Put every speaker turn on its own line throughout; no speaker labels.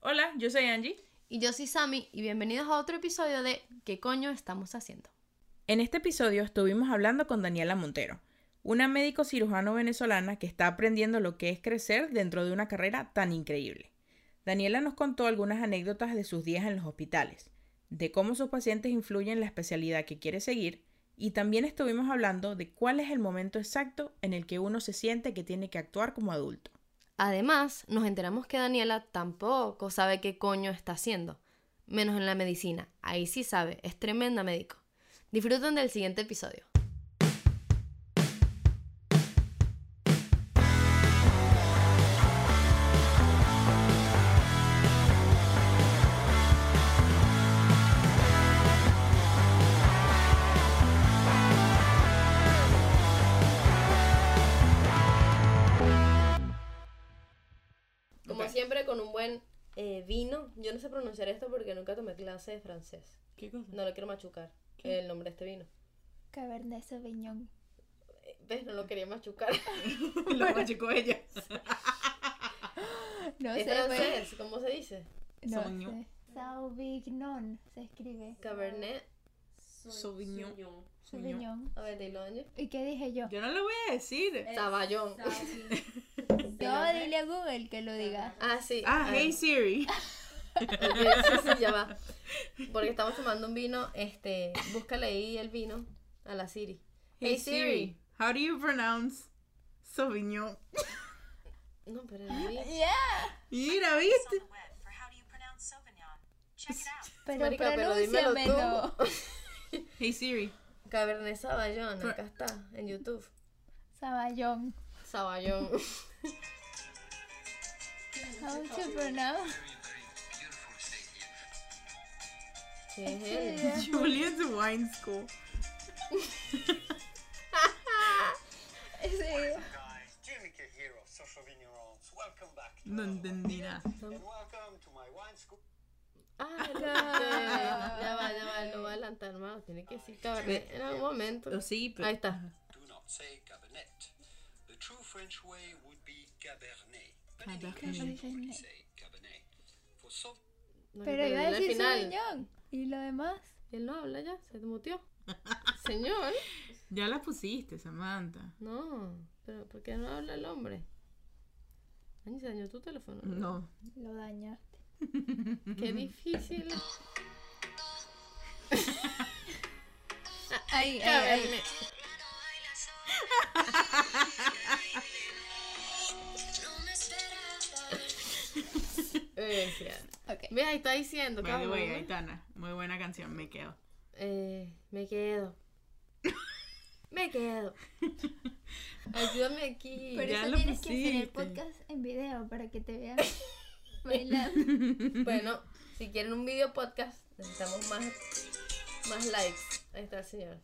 Hola, yo soy Angie.
Y yo soy Sammy y bienvenidos a otro episodio de ¿Qué coño estamos haciendo?
En este episodio estuvimos hablando con Daniela Montero, una médico cirujano venezolana que está aprendiendo lo que es crecer dentro de una carrera tan increíble. Daniela nos contó algunas anécdotas de sus días en los hospitales, de cómo sus pacientes influyen en la especialidad que quiere seguir y también estuvimos hablando de cuál es el momento exacto en el que uno se siente que tiene que actuar como adulto.
Además, nos enteramos que Daniela tampoco sabe qué coño está haciendo, menos en la medicina. Ahí sí sabe, es tremenda médico. Disfruten del siguiente episodio. Como
Ok.
siempre, con un buen eh, vino. Yo no sé pronunciar esto porque nunca tomé clase de francés.
¿Qué cosa?
No lo quiero machucar. El nombre de este vino.
Cabernet Sauvignon.
Eh, ¿Ves? No lo quería machucar.
Lo machucó ella.
No
es
sé, pues. güey.
francés, ¿cómo se dice?
No
Sauvignon.
sé. Sauvignon se escribe.
Cabernet.
Sauvignon.
Sauvignon.
A ver, dilo, Angie.
¿Y qué dije yo?
Yo no lo voy a decir.
Saballón.
No, dile a Google que lo diga.
Ah, sí.
Ah,
a ver.
hey Siri.
Ok, sí, sí, ya va. Porque estamos tomando un vino, este, búscale ahí el vino a la Siri. Hey, Siri.
How do you pronounce Sauvignon?
No, pero no vi.
Mira, ¿viste?
the web for how do you pronounce Sauvignon. Check it out.
Pero
Marica, pero dímelo
pronúnciamelo.
tú.
Hey Siri.
Cabernet Sauvignon,
Pro-
acá está, en YouTube.
Sauvignon.
Sauvignon.
How to pronounce?
¿Qué es él?
Julian's Wine School.
Sí.
guys, Jimmy K here of Social Vignerons. Welcome back to
No
another one.
entendí nada.
and welcome to my wine school.
Ah, no. Ya va, ya va, no va a adelantar más. Tiene que decir Cabernet en algún momento.
Oh, sí, pero...
Ahí está.
Do not say Cabernet. The true French way would be Cabernet. But in
Cabernet.
English, you would say Cabernet. For Sau-
No,
Pero iba a
dile al
decir
final.
Sauvignon. ¿Y lo demás?
Él no habla ya, se muteó. Señor.
Ya la pusiste, Samantha.
No, pero ¿por qué no habla el hombre? Angie, se dañó tu teléfono.
No.
Lo dañaste.
Qué difícil.
Ay, ay, ay.
Cabernet. Eh, sí, ah.
Ok.
Mira, ahí está diciendo,
By the
cabrón.
way, Aitana. Muy buena canción, me quedo.
Eh, me quedo. me quedo. Ayúdame aquí.
Pero
Ya
eso
lo
tienes que hacer el
pusiste.
podcast en video para que te vean bailando.
Bueno, si quieren un video podcast, necesitamos más, más likes. Ahí está el señor.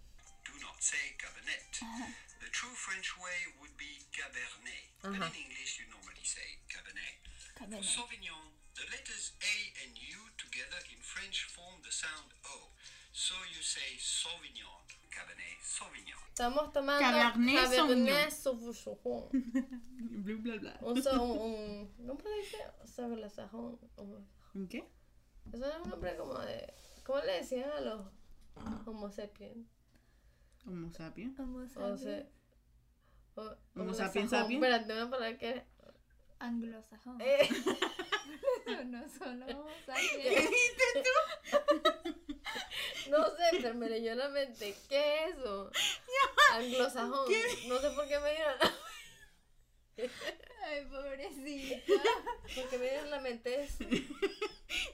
Do not say Cabernet.
Uh-huh.
The true French way would be Cabernet.
Uh-huh.
But in English, you normally say Cabernet. For Sauvignon, the letters A and U together in French form the sound O. So you say Sauvignon, Cabernet, Sauvignon.
Estamos tomando
Cabernet
Cabernet Sauvignon.
Bla, bla, bla.
Un, so- un, un ¿cómo se dice? Sablazajón.
¿En qué?
Eso era un nombre como de, ¿cómo le decían a los homo sapiens?
Homo sapiens.
Vamos a
O
ver.
sea, o-
Homo sapiens
sapiens.
sapiens.
Espérate, una palabra que
Anglosajón.
eh,
No solo vamos a ver.
no sé, pero me leyó la mente. ¿Qué es eso? Anglosajón. No sé por qué me dieron,
Ay, pobrecita.
por qué me dieron la mente eso.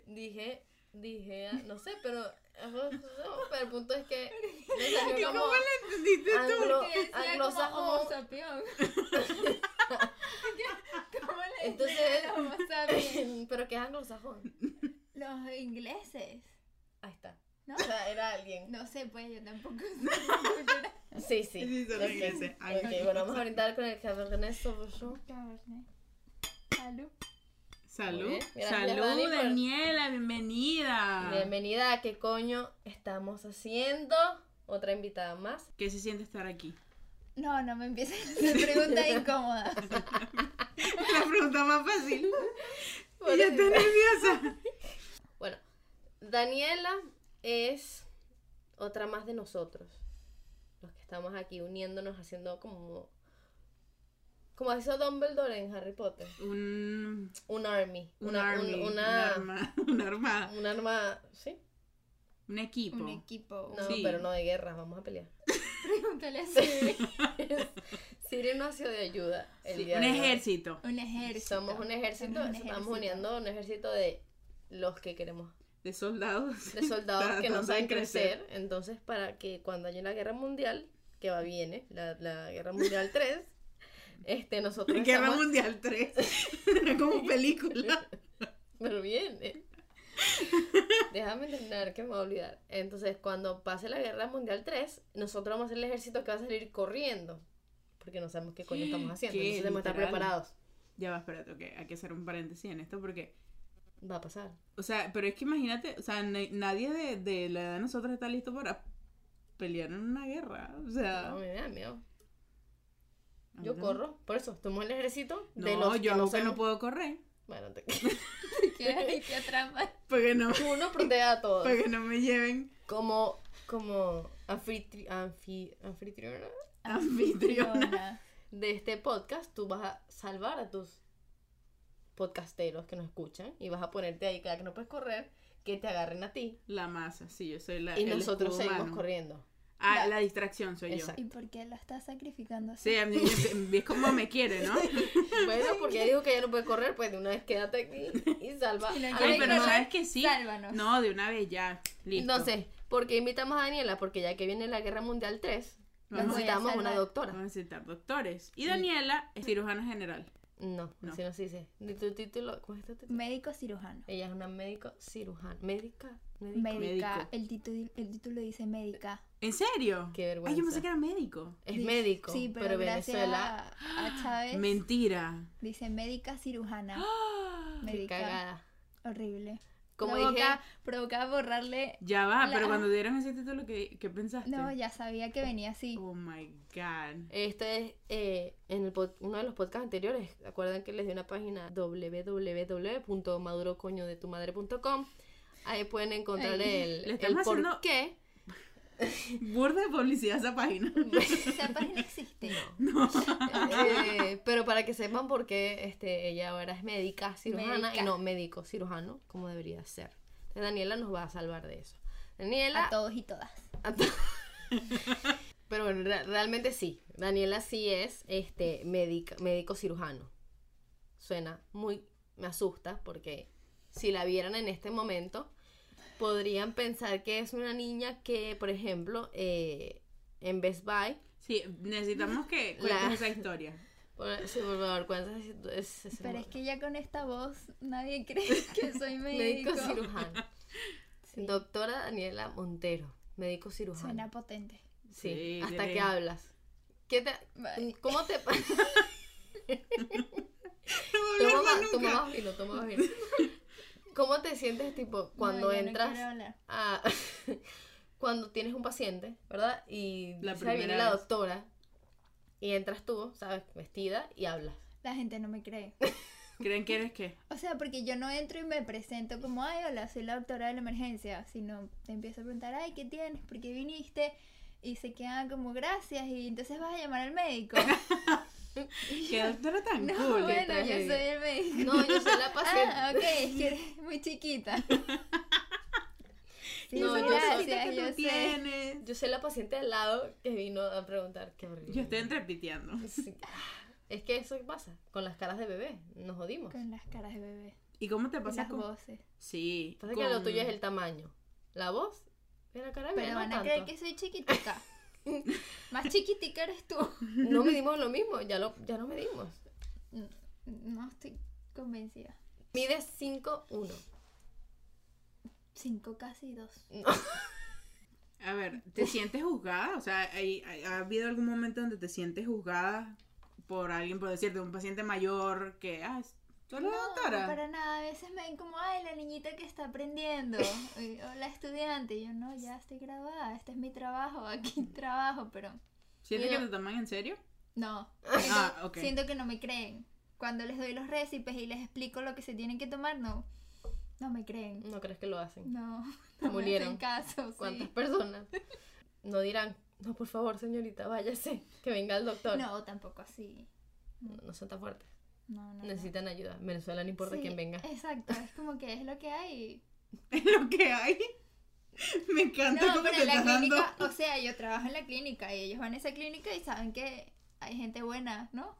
Dije, dije, ah, no sé, pero, pero el punto es que me salió como
entendiste
anglo-
Que decía como
anglosajón.
Homo sapión. ¿Cómo le
Entonces-
decían a los Homo sapiens?
Pero que es anglosajón.
Los ingleses.
Ahí está.
¿No?
O sea, era alguien.
No sé, pues yo tampoco sé.
Sí, sí.
Sí, son
Ok.
ingleses.
Ok, bueno, vamos a brindar con pues el Cabernet Sauvignon.
Cabernet. Salud.
Salud.
Bien, gracias, Dani,
Salud,
por-
Daniela.
Ah.
Bienvenida.
Bienvenida a ¿Qué coño estamos haciendo? Otra invitada más.
¿Qué se siente estar aquí?
No, no me empiecen a hacer preguntas incómodas.
La pregunta más fácil.
Por nerviosa.
Ya está nerviosa.
Bueno, Daniela es otra más de nosotros. Los que estamos aquí uniéndonos, haciendo como. Como hizo Dumbledore en Harry Potter.
Un,
Un army.
un
una, un-
army, un
una,
arma, una armada,
un arma. Sí.
un equipo.
Un equipo.
No,
Sí.
pero no de guerra, vamos a pelear.
Pregúntale a Siri.
Siri no ha sido de ayuda. El día
un
de hoy.
ejército.
Un ejército.
Somos un ejército,
Somos un
estamos
ejército.
uniendo un ejército de los que queremos
De soldados.
de soldados que no
Tratando de
saben crecer. Entonces, para que cuando haya la guerra mundial, que va viene, la, la guerra mundial 3, este, nosotros
Guerra
estamos-
Mundial 3. Era como película.
Pero viene. Déjame terminar que me voy a olvidar. Entonces, cuando pase la guerra mundial 3, nosotros vamos a ser el ejército que va a salir corriendo. Porque no sabemos qué coño estamos haciendo.
Qué
Entonces, tenemos que estar
literal.
preparados.
Ya va, espérate, ok. Hay que hacer un paréntesis en esto porque.
Va a pasar.
O sea, pero es que imagínate, o sea, na- nadie de, de la edad de nosotros está listo para pelear en una guerra. O sea.
No, me da miedo.
a mí
Yo
también.
corro. Por eso, estamos en el ejército
No,
de los
yo
que
hago
no,
que no
sabemos-
puedo correr.
Bueno, te...
¿Qué? ¿Qué atrapa?
Porque no,
uno protea a todos.
porque no me lleven
Como, como anfitri- anfi- anfitriona
anfitriona.
de este podcast, tú vas a salvar a tus podcasteros que nos escuchan y vas a ponerte ahí, cada que no puedes correr, que te agarren a ti
La masa, sí, yo soy la.
y
Ah, el
nosotros
escudo
seguimos
humano.
corriendo.
Ah, la distracción soy
Exacto.
yo.
¿Y por qué la estás sacrificando así?
Sí, a mí es como me quiere, ¿no?
Bueno, porque ella dijo que ya no puede correr, pues de una vez quédate aquí y salva.
Y lo
a
llevas
la
Ay, pero
persona.
sabes que sí.
Sálvanos.
No, de una vez ya. Listo.
Entonces, ¿por qué invitamos a Daniela? Porque ya que viene la Guerra Mundial 3,
Vamos a-
necesitamos una
salvar.
doctora.
Vamos a necesitar doctores. Y Daniela es cirujana general.
No,
No.
así no se dice. Ni tu título, ¿cómo es tu título?
Médico cirujano.
Ella es una médico cirujana. Médica, médico.
Médica.
Médico.
El título, el título dice médica.
¿En serio?
Qué vergüenza.
Ay, yo pensé que era médico.
Es
Di-
médico.
Sí, pero,
pero
gracias
Venezuela
a, a Chávez
Mentira.
dice médica cirujana.
Qué
médica.
cagada.
Horrible.
Como
La
dije,
boca provocaba borrarle.
Ya va,
La- ah.
pero cuando dieron ese título, ¿qué, qué pensaste?
No, ya sabía que venía así.
Uh.
Oh my god.
esto es eh, en el pod- uno de los podcasts anteriores. Acuerdan que les di una página www.madurocoñodetumadre.com. Ahí pueden encontrar
Ay,
el,
le
el
estamos
por
haciendo-
qué.
Burda de publicidad esa página.
Esa página existe.
Eh, pero para que sepan por qué este, ella ahora es médica cirujana
Médica.
y no médico cirujano, como debería ser. Entonces, Daniela nos va a salvar de eso. Daniela,
A todos y todas.
A to- Pero bueno, re- realmente sí. Daniela sí es este médica- médico cirujano. Suena muy. Me asusta porque si la vieran en este momento, podrían pensar que es una niña que, por ejemplo, eh, en Best Buy.
Sí, necesitamos que
La-
cuentes esa historia.
por- sí, por favor, cuéntanos si tú- es- es-
Pero es que ya con esta voz nadie cree que soy médico.
médico cirujano.
Sí.
Doctora Daniela Montero, médico cirujano.
Suena potente.
Sí,
Sí,
hasta
tiene-
que hablas. ¿Qué te,
Vale.
¿Cómo te pasa?
hablar
toma más, toma más vino, toma más vino. ¿Cómo te sientes tipo cuando
No, ya no
entras
quiero hablar.
a cuando tienes un paciente, ¿verdad? Y
La
o sea, viene
primera
la
vez.
doctora y entras tú, sabes, vestida y hablas.
La gente no me cree.
¿Creen que eres qué?
O sea, porque yo no entro y me presento como, ay, hola, soy la doctora de la emergencia, sino te empiezo a preguntar, ay, ¿qué tienes? ¿Por qué viniste? Y se quedan como, gracias, y entonces vas a llamar al médico.
¿Qué doctora tan
no,
cool?
bueno, yo
tragedia.
soy el médico.
No, yo soy la paciente.
ah, ok, es que eres muy chiquita. Sí,
No, yo soy-
gracias,
¿Qué
yo
tú
sé.
tienes?
Yo soy la paciente al lado que vino a preguntar qué horrible.
Yo estoy entrepiteando.
Sí. ah, Es que eso pasa con las caras de bebé, nos jodimos.
Con las caras de bebé,
¿Y cómo te
con
pasa
las
con...?
voces.
Sí.
Pasa que lo
con-
tuyo es el tamaño, la voz y la cara de bebé.
Pero
no
van a
tanto.
creer que soy chiquitica. Más chiquitica eres tú.
No medimos lo mismo, ya, lo, ya no medimos.
No estoy convencida.
Mide 5'1".
Cinco casi dos.
No.
A ver, ¿te sientes juzgada? O sea, ¿hay- hay- ¿ha habido algún momento donde te sientes juzgada por alguien, por decirte, un paciente mayor que, ah, es- tú eres la doctora?
para nada. A veces me ven como, ay, la niñita que está aprendiendo. y, o la estudiante. Y yo, no, ya estoy graduada. Este es mi trabajo. Aquí trabajo, pero
¿Sientes
Mira.
que te toman en serio?
no.
Ah, ok.
Siento que no me creen. cuando les doy los récipes y les explico lo que se tienen que tomar, no, no me creen.
¿No crees que lo hacen?
No, no
Mm. Murieron.
me hacen caso. sí.
¿Cuántas personas? No dirán, no, por favor, señorita, váyase, que venga el doctor.
No, tampoco así.
No, no son tan fuertes.
No, no. no.
Necesitan ayuda. En Venezuela no importa
Sí, eh,
quién venga.
Exacto, es como que es lo que hay.
Es lo que hay. Me encanta
No,
cómo
pero
te
en la
estás dando.
clínica, o sea, yo trabajo en la clínica y ellos van a esa clínica y saben que hay gente buena, ¿no?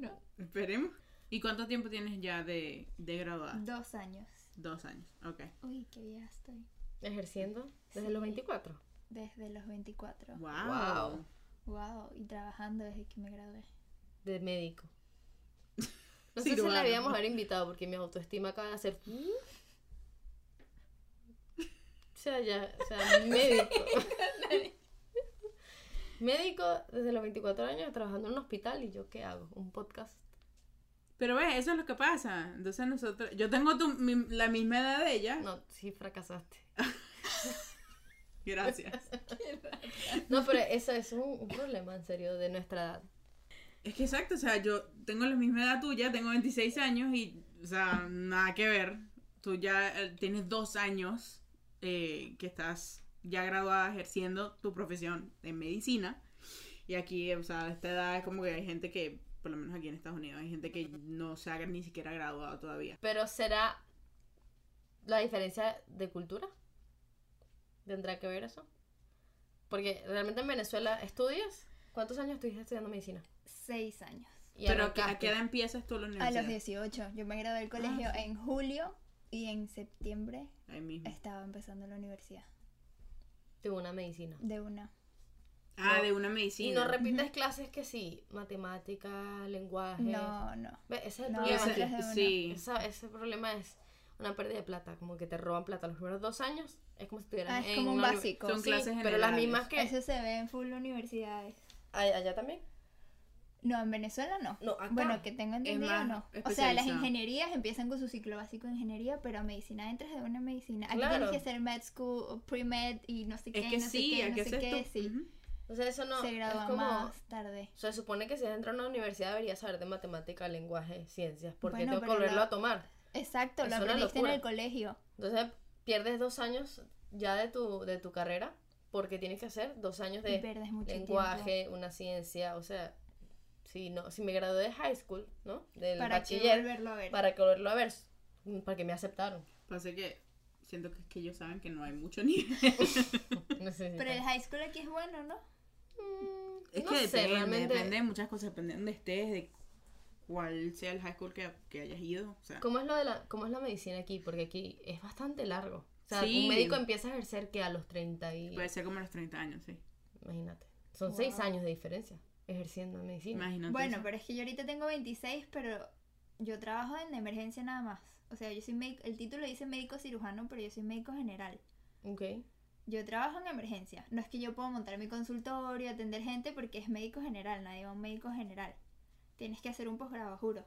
no,
Esperemos. ¿Y cuánto tiempo tienes ya de, de graduada?
dos años.
Dos años. Ok.
Uy, qué vieja estoy.
Ejerciendo desde
Sí.
los 24.
Desde los 24. Wow.
Wow.
Wow.
y trabajando desde que me gradué.
De médico. No sé si
Cirujano.
la habíamos haber invitado porque mi autoestima acaba de hacer. O
¿Mm?
sea, ya, o sea, médico. médico desde los 24 años trabajando en un hospital y yo qué hago? Un podcast.
Pero ves, eso es lo que pasa. Entonces nosotros, yo tengo tu- mi- la misma edad de ella.
No, sí fracasaste.
Gracias.
No, pero eso es un, un problema en serio de nuestra edad.
es que exacto, o sea, yo tengo la misma edad tuya, tengo 26 años y, o sea, nada que ver. Tú ya eh, tienes dos años eh, que estás ya graduada ejerciendo tu profesión en medicina. Y aquí, eh, o sea, a esta edad es como que hay gente que, por lo menos aquí en Estados Unidos, hay gente que no se ha ni siquiera graduado todavía.
Pero será la diferencia de cultura. ¿Tendrá que ver eso? Porque realmente en Venezuela estudias. ¿Cuántos años estuviste estudiando medicina?
Seis años.
Y
Pero ¿a qué- ¿a
arrancaste.
qué edad empiezas tú la
A
universidad?
los 18. Yo me gradué del
Ah,
colegio en julio y en septiembre
Ahí mismo.
estaba empezando la universidad.
de una medicina.
De una.
Ah,
No.
de una
Y
medicina.
no repites clases que sí, matemática, lenguaje.
No, no.
Ve, Ese es el
No,
Y
problema.
esa-
aquí.
nosotros de una.
sí.
Esa- ese problema es una pérdida de plata, como que te roban plata. Los primeros dos años es como si estuvieras
Ah, es
en
como un
una uni-
básico.
Son
Sí,
clases
pero las
generales.
mismas que...
Eso se ve en full universidades.
Ay, ¿Allá también?
No, en Venezuela no.
No, acá
bueno, que tengo entendido
más
no. O sea, las
especializado.
ingenierías empiezan con su ciclo básico de ingeniería, pero medicina entras de una medicina. Aquí
Claro.
tienes que hacer med school, o pre-med y no sé qué,
Es que
no
sí,
sé qué,
¿a
no
qué
sé
es
qué,
esto?
sí.
Ujú.
O sea, eso no...
se
es
gradúa
como...
más tarde.
Se supone que si entras a una universidad deberías saber de matemática, lenguaje, ciencias, porque
Bueno,
tengo que
pero
volverlo
la-
a tomar.
Exacto,
Es
lo
una
aprendiste en
locura.
el colegio.
Entonces pierdes dos años ya de tu, de tu carrera, porque tienes que hacer dos años
Y
de
pierdes mucho tiempo.
lenguaje, una ciencia, o sea, si no, si me gradué de high school, ¿no? Del
Para que
bachiller,
volverlo a ver.
para que volverlo a ver, para que me aceptaron.
Pasa Pues que siento que, que ellos saben que no hay mucho nivel.
No sé si
Pero el
está-
high school aquí es bueno, ¿no?
Mm,
Es
no sé,
que depende,
realmente,
depende de muchas cosas, depende de dónde estés, de cuál sea el high school que, que hayas ido. O sea,
¿cómo es lo de la, cómo es la medicina aquí? Porque aquí es bastante largo. O sea,
Sí. Pues,
un médico empieza a ejercer que a los 30 y...
puede ser como a los 30 años, sí.
Imagínate. Son
Wow.
seis años de diferencia ejerciendo medicina.
Imagínate.
bueno,
eso.
pero es que yo ahorita tengo 26, pero yo trabajo en emergencia nada más. O sea, yo soy médico, el título dice médico cirujano, pero yo soy médico general.
Ok.
Yo trabajo en emergencia. No es que yo pueda montar mi consultorio, atender gente, porque es médico general, nadie va a un médico general. Tienes que hacer un posgrado, juro.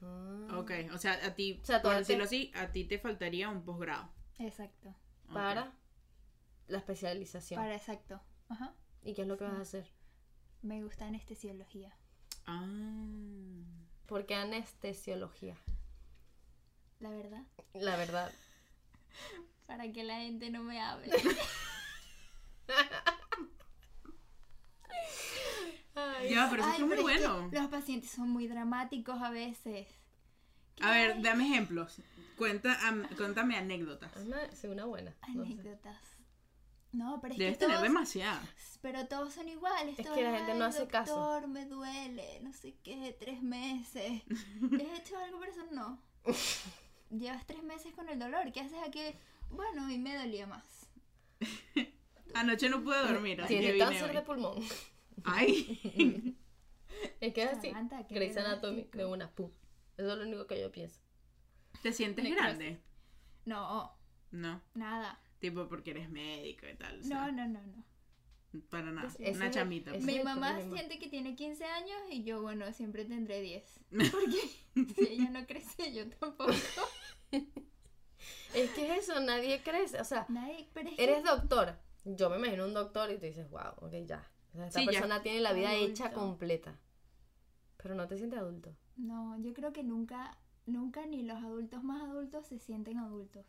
Ah.
Ok, o sea, a ti,
O sea,
por
todavía
decirlo
te-
así, a ti te faltaría un posgrado.
Exacto.
Ok.
Para la especialización.
Para exacto. Ajá.
¿Y qué es lo que vas a hacer?
Me gusta anestesiología.
Ah.
¿Por qué anestesiología?
La verdad.
La verdad.
Para que la gente no me hable.
Ya, pero eso
Ay,
está muy
pero es que
bueno.
los pacientes son muy dramáticos a veces.
A ver, dame ejemplos. Cuenta, am- cuéntame anécdotas.
Es una, sí, una buena. no sé.
Anécdotas. No, pero es
Debes
que
tener
todos,
demasiadas.
pero todos son iguales.
Es
todos,
que la gente no
"Ay,
hace caso".
doctor, me duele, no sé qué, tres meses. ¿Has hecho algo por eso? No. Llevas tres meses con el dolor. ¿Qué haces aquí? Bueno, y me dolía más.
Anoche no pude dormir, así que
Tiene
vine
cáncer
hoy.
de pulmón.
Ay,
Es que es así.
Samantha, qué
Grey's Anatomy
dramático.
de una pum. Eso es lo único que yo pienso.
¿te sientes
Necrosis.
grande?
No,
No.
nada.
Tipo porque eres médico y tal. o sea,
No, no, no, no.
Para nada.
Es- ese
Una
es-
chamita.
es-
pues.
Mi
médico,
mamá
mi mamá.
siente que tiene 15 años y yo, bueno, siempre tendré 10. Porque si ella no crece, yo tampoco.
Es que es eso, nadie crece. O sea,
Nadie, pero es que-
eres doctor. Yo me imagino un doctor y tú dices, wow, ok, ya. O sea, esta
Sí, ya.
persona tiene la vida hecha
Adulto.
completa. Pero no te sientes adulto.
No, yo creo que nunca, nunca ni los adultos más adultos se sienten adultos.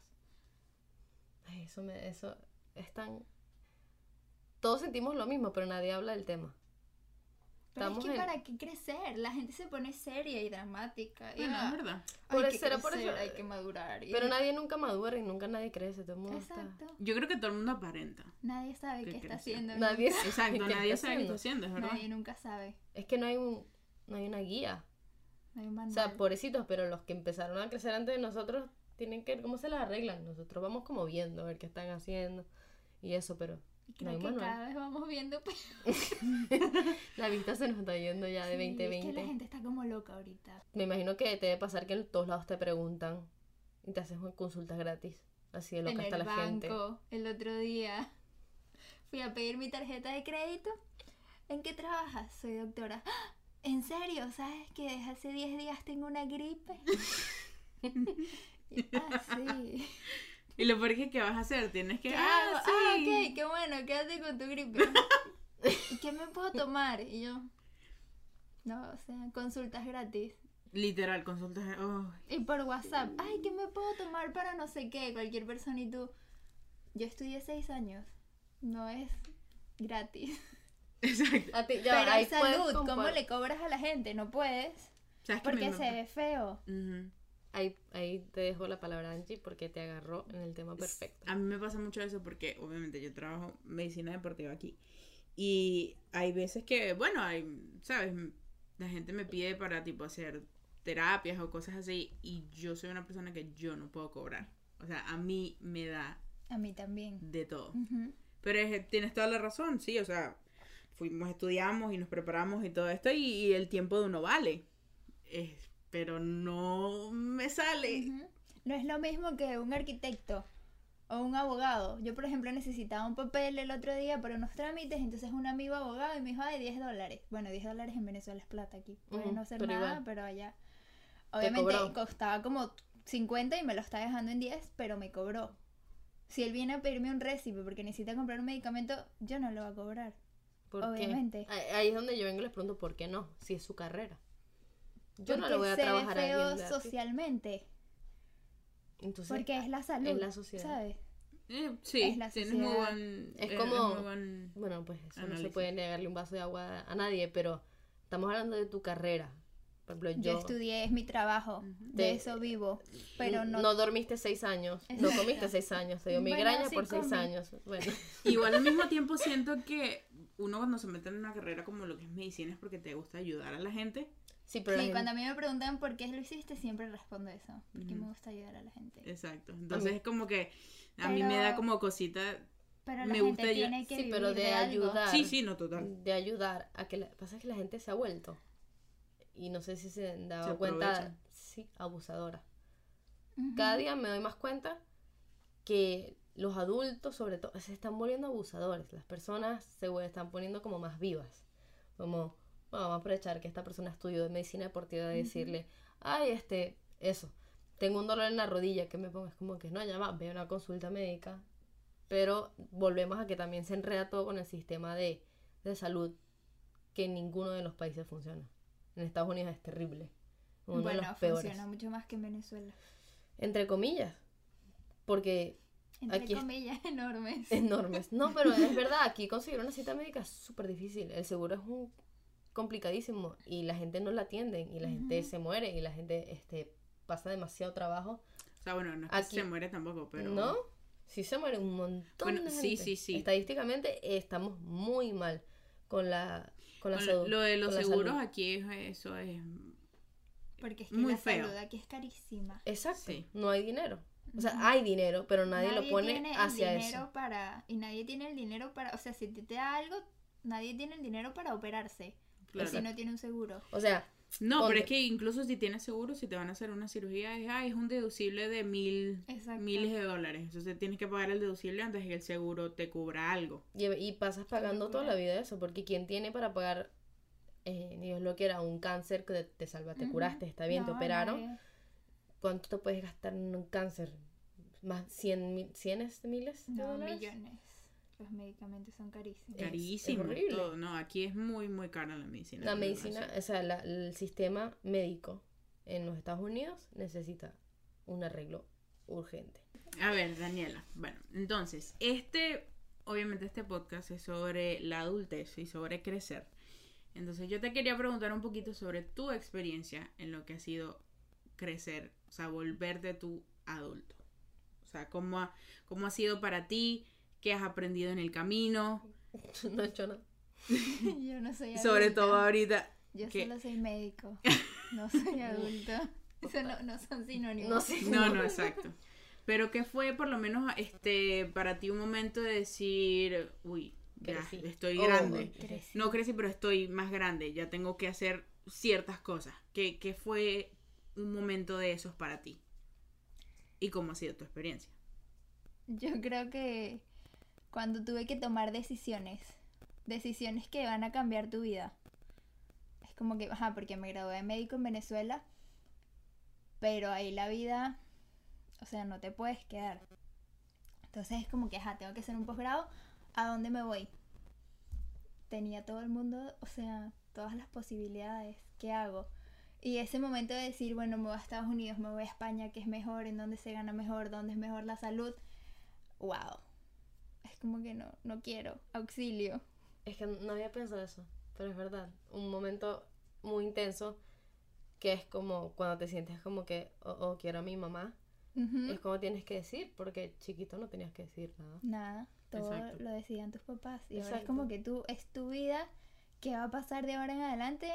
Ay, eso me, eso es tan. Todos sentimos lo mismo, pero nadie habla del tema.
Pero
Estamos
es que
en-
para qué crecer, la gente se pone seria y dramática. Y
Bueno,
ah,
es verdad.
Por
hay
eso
que
será por
crecer,
eso-
hay que madurar. y-
Pero nadie nunca madura y nunca nadie crece. Todo el mundo está-
Exacto.
Yo creo que todo el mundo aparenta.
Nadie sabe
Que
qué, está
crecer.
haciendo.
Nadie sabe
Exacto,
qué
nadie
está
sabe qué
haciendo.
está haciendo, es
nunca-
verdad.
nadie nunca sabe.
Es que no hay un, no hay una guía.
No hay un
O
manual.
sea, pobrecitos, pero los que empezaron a crecer antes de nosotros tienen que ver cómo se las arreglan. Nosotros vamos como viendo a ver qué están haciendo y eso, pero
Y
no hay
creo que
manual.
cada vez vamos viendo pues,
La vista se nos está yendo ya de
sí, es
2020.
que la gente está como loca ahorita.
Me imagino que te debe pasar que en todos lados te preguntan y te haces consultas gratis. Así de
en
loca
el
está la gente.
banco, el otro día fui a pedir mi tarjeta de crédito. ¿En qué trabajas? Soy doctora. "Ah, ¿En serio? ¿Sabes que desde hace 10 días tengo una gripe? Y, ah, sí.
Y lo peor es que, ¿qué vas a hacer? Tienes que.
¿Qué
ah,
hago?
sí.
Ah, ok, qué bueno, quédate con tu gripe. ¿Y qué me puedo tomar? Y yo, no, o sea, consultas gratis.
Literal, consultas. oh,
Y por WhatsApp, ay, ¿qué me puedo tomar para no sé qué? Cualquier persona y tú, yo estudié seis años, no es gratis.
Exacto.
A ti- ya,
Pero
ahí
en salud,
puedes
¿cómo
compar-
le cobras a la gente? No puedes,
¿Sabes qué?
porque
Me-
se ve feo.
Ujú.
ahí, ahí te dejo la palabra Angie porque te agarró en el tema perfecto.
Ah,
A mí me pasa mucho eso porque obviamente yo trabajo medicina deportiva aquí. Y hay veces que, bueno, hay, ¿sabes? La gente me pide para tipo hacer terapias o cosas así y yo soy una persona que yo no puedo cobrar. O sea, a mí me da
A mí también.
de todo.
Ujú.
Pero es- tienes toda la razón, sí, o sea, fuimos, estudiamos y nos preparamos y todo esto y, y el tiempo de uno vale. Es- pero no me sale.
Ujú. No es lo mismo que un arquitecto o un abogado. Yo, por ejemplo, necesitaba un papel el otro día para unos trámites, entonces un amigo abogado y me dijo, ay, 10 dólares. Bueno, 10 dólares en Venezuela es plata aquí. Puede
Ujú,
no ser
pero
nada,
igual.
pero allá. Obviamente
cobró.
costaba como 50 y me lo está dejando en 10, pero me cobró. Si él viene a pedirme un récipe porque necesita comprar un medicamento, yo no lo voy a cobrar.
¿Por qué?
obviamente.
Ahí ahí es donde yo vengo y les pregunto por qué no, si es su carrera. Yo no
Porque
le voy a
se ve
trabajar a
feo
alguien gratis.
socialmente,
Entonces,
porque es la salud,
la sociedad.
¿sabes?
Eh, sí,
Es la
tienes muy
sociedad.
buen-
Es
eh,
como-
muy buen-
Bueno, pues eso no se
Análisis.
puede negarle un vaso de agua a nadie, pero estamos hablando de tu carrera. Por ejemplo,
Yo,
yo,
estudié, es mi trabajo, de,
De-
eso vivo, pero
n-
no,
dormiste seis años, no
Exacto.
comiste seis años, te dio
Bueno,
migraña
sí
por seis
comí.
años. Bueno,
Igual al mismo tiempo siento que uno cuando se mete en una carrera como lo que es medicina es porque te gusta ayudar a la gente.
sí, pero la
Sí, cuando a
gente-
mí me preguntan por qué lo hiciste, siempre respondo eso, porque
Ujú.
me gusta ayudar a la
Eh,
gente.
Exacto. Entonces es como que a mí
Pero-
me da como cosita.
Pero la
me gusta
gente
ayudar-
tiene que
sí,
vivir
pero de,
algo.
ayudar,
Sí, sí, no, total.
de ayudar a que la- pasa que la gente se ha vuelto y no sé si se han dado
Se
cuenta,
aprovecha.
sí, abusadora.
Ujú.
Cada día me doy más cuenta que los adultos, sobre todo, se están volviendo abusadores. Las personas se vu- están poniendo como más vivas. Como, bueno, vamos a aprovechar que esta persona estudió medicina deportiva de decirle, ay, este, eso, tengo un dolor en la rodilla, que me pongas como que no, ya va, ve a una consulta médica. Pero volvemos a que también se enreda todo con el sistema de, de salud que en ninguno de los países funciona. En Estados Unidos es terrible. Uno
bueno,
de los peores
funciona mucho más que en Venezuela.
entre comillas, porque
Entre
Aquí es-
comillas enormes.
enormes. No, pero es verdad, aquí conseguir una cita médica es súper difícil. El seguro es un complicadísimo y la gente no la atienden y la gente
Ujú.
se muere y la gente este pasa demasiado trabajo.
O sea, bueno, no es que
Aquí-
se muere tampoco, pero.
¿No? Sí se muere un montón
Bueno,
de
sí,
gente.
sí, sí.
Estadísticamente eh, estamos muy mal con la con la
Bueno,
salud.
lo de los
con la
seguros
salud.
aquí es, eso es.
Porque es que
Muy
la
feo.
salud aquí es carísima.
Exacto,
Sí.
no hay dinero. O sea,
Ujú.
hay dinero, pero nadie, lo pone
tiene el
hacia
dinero
eso.
para y nadie tiene el dinero para, o sea, si te, te da algo, nadie tiene el dinero para operarse,
Claro.
si no tiene un seguro.
O sea,
No,
Ponte.
pero es que incluso si tienes seguro, si te van a hacer una cirugía, es, ah, es un deducible de mil,
Exacto.
miles de dólares. Entonces tienes que pagar el deducible antes de que el seguro te cubra algo.
Y, y pasas pagando toda la vida eso, porque quien tiene para pagar, eh, ni Dios lo quiera, un cáncer que te salva, te
Ujú.
curaste, está bien, te
No,
operaron,
nadie.
¿cuánto te puedes gastar en un cáncer? ¿Más cien mil, cienes de miles de
No,
dólares?
millones. los medicamentos son carísimos.
Es-
Carísimo.
es horrible.
todo. No, aquí es muy, muy cara la medicina.
La
de
medicina,
verdad,
o sea, la- el sistema médico en los Estados Unidos necesita un arreglo urgente.
sí. A ver, Daniela. Bueno, entonces, este, obviamente este podcast es sobre la adultez y sobre crecer. Entonces yo te quería preguntar un poquito sobre tu experiencia en lo que ha sido crecer, o sea, volverte tú adulto. O sea, cómo ha, cómo ha sido para ti, qué has aprendido en el camino,
no, yo no.
yo no soy
y
adulta.
sobre todo ahorita.
Yo
que-
solo soy médico. No soy adulto. Eso no, no son sinónimos.
No sé.
No, no, exacto. Pero que fue por lo menos este para ti un momento de decir, uy, ya
Crecí.
estoy
Oh,
grande.
crecí.
No crecí, pero estoy más grande, ya tengo que hacer ciertas cosas. ¿Qué, qué fue un momento de esos para ti? ¿Y cómo ha sido tu experiencia?
Yo creo que cuando tuve que tomar decisiones, decisiones que van a cambiar tu vida. Es como que, ajá, porque me gradué de médico en Venezuela, pero ahí la vida, o sea, no te puedes quedar. Entonces es como que, ajá, tengo que hacer un posgrado, ¿a dónde me voy? Tenía todo el mundo, o sea, todas las posibilidades, ¿qué hago? Y ese momento de decir, bueno, me voy a Estados Unidos, me voy a España, que es mejor, en dónde se gana mejor, dónde es mejor la salud, wow. Es como que no, no quiero, auxilio.
Es que no había pensado eso, pero es verdad. Un momento muy intenso que es como cuando te sientes como que, oh, oh, quiero a mi mamá.
Ujú.
Es como tienes que decir, porque chiquito no tenías que decir nada.
Nada, todo
Exacto.
lo decidían tus papás. Y ahora es
Exacto.
como que tú, es tu vida, que va a pasar de ahora en adelante?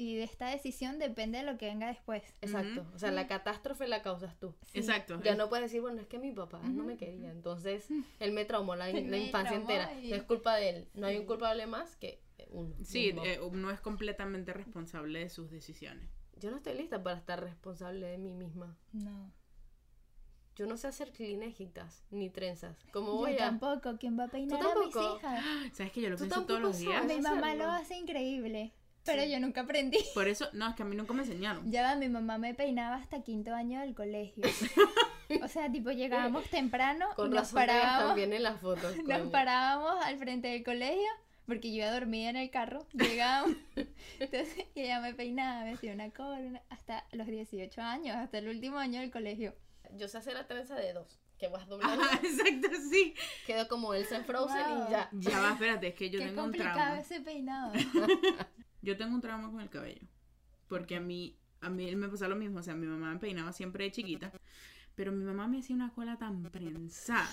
Y de esta decisión depende de lo que venga después.
Exacto. O sea, la catástrofe la causas tú.
Exacto.
Ya no puedes decir, bueno, es que mi papá no me quería, entonces él me traumó la, la
Me
infancia
traumó
entera.
y-
No es culpa de él, no hay un culpable más que uno.
Sí,
mismo.
eh, uno es completamente responsable de sus decisiones.
Yo no estoy lista para estar responsable de mí misma.
No.
Yo no sé hacer clinégitas ni trenzas. ¿Cómo
Yo
voy a...?
tampoco, ¿quién va a peinar a mis
tampoco? Ah,
hijas?
¿Sabes que yo lo
Tú
pienso todos
tampoco
los días?
sabes.
Mi mamá lo
hacerlo.
hace increíble, pero yo nunca aprendí.
Por eso, no, es que a mí nunca me enseñaron.
Ya va, mi mamá me peinaba hasta quinto año del colegio. o sea, tipo llegábamos temprano y
Con
nos
razón te ves
parábamos.
también en las fotos.
Nos
coño.
parábamos al frente del colegio porque yo ya dormía en el carro, llegábamos. Entonces y ella me peinaba, me hacía una cola una- hasta los 18 años, hasta el último año del colegio.
Yo sé hacer la trenza de dos, que vas doblando.
Ajá, exacto, sí.
Quedo como Elsa en Frozen
Wow.
y ya.
Ya va, espérate, es que yo
Qué
tengo un
complicado
trauma.
ese peinado.
Yo tengo un trauma con el cabello. Porque a mí, a mí me pasa lo mismo. O sea, mi mamá me peinaba siempre de chiquita. Pero mi mamá me hacía una cola tan prensada.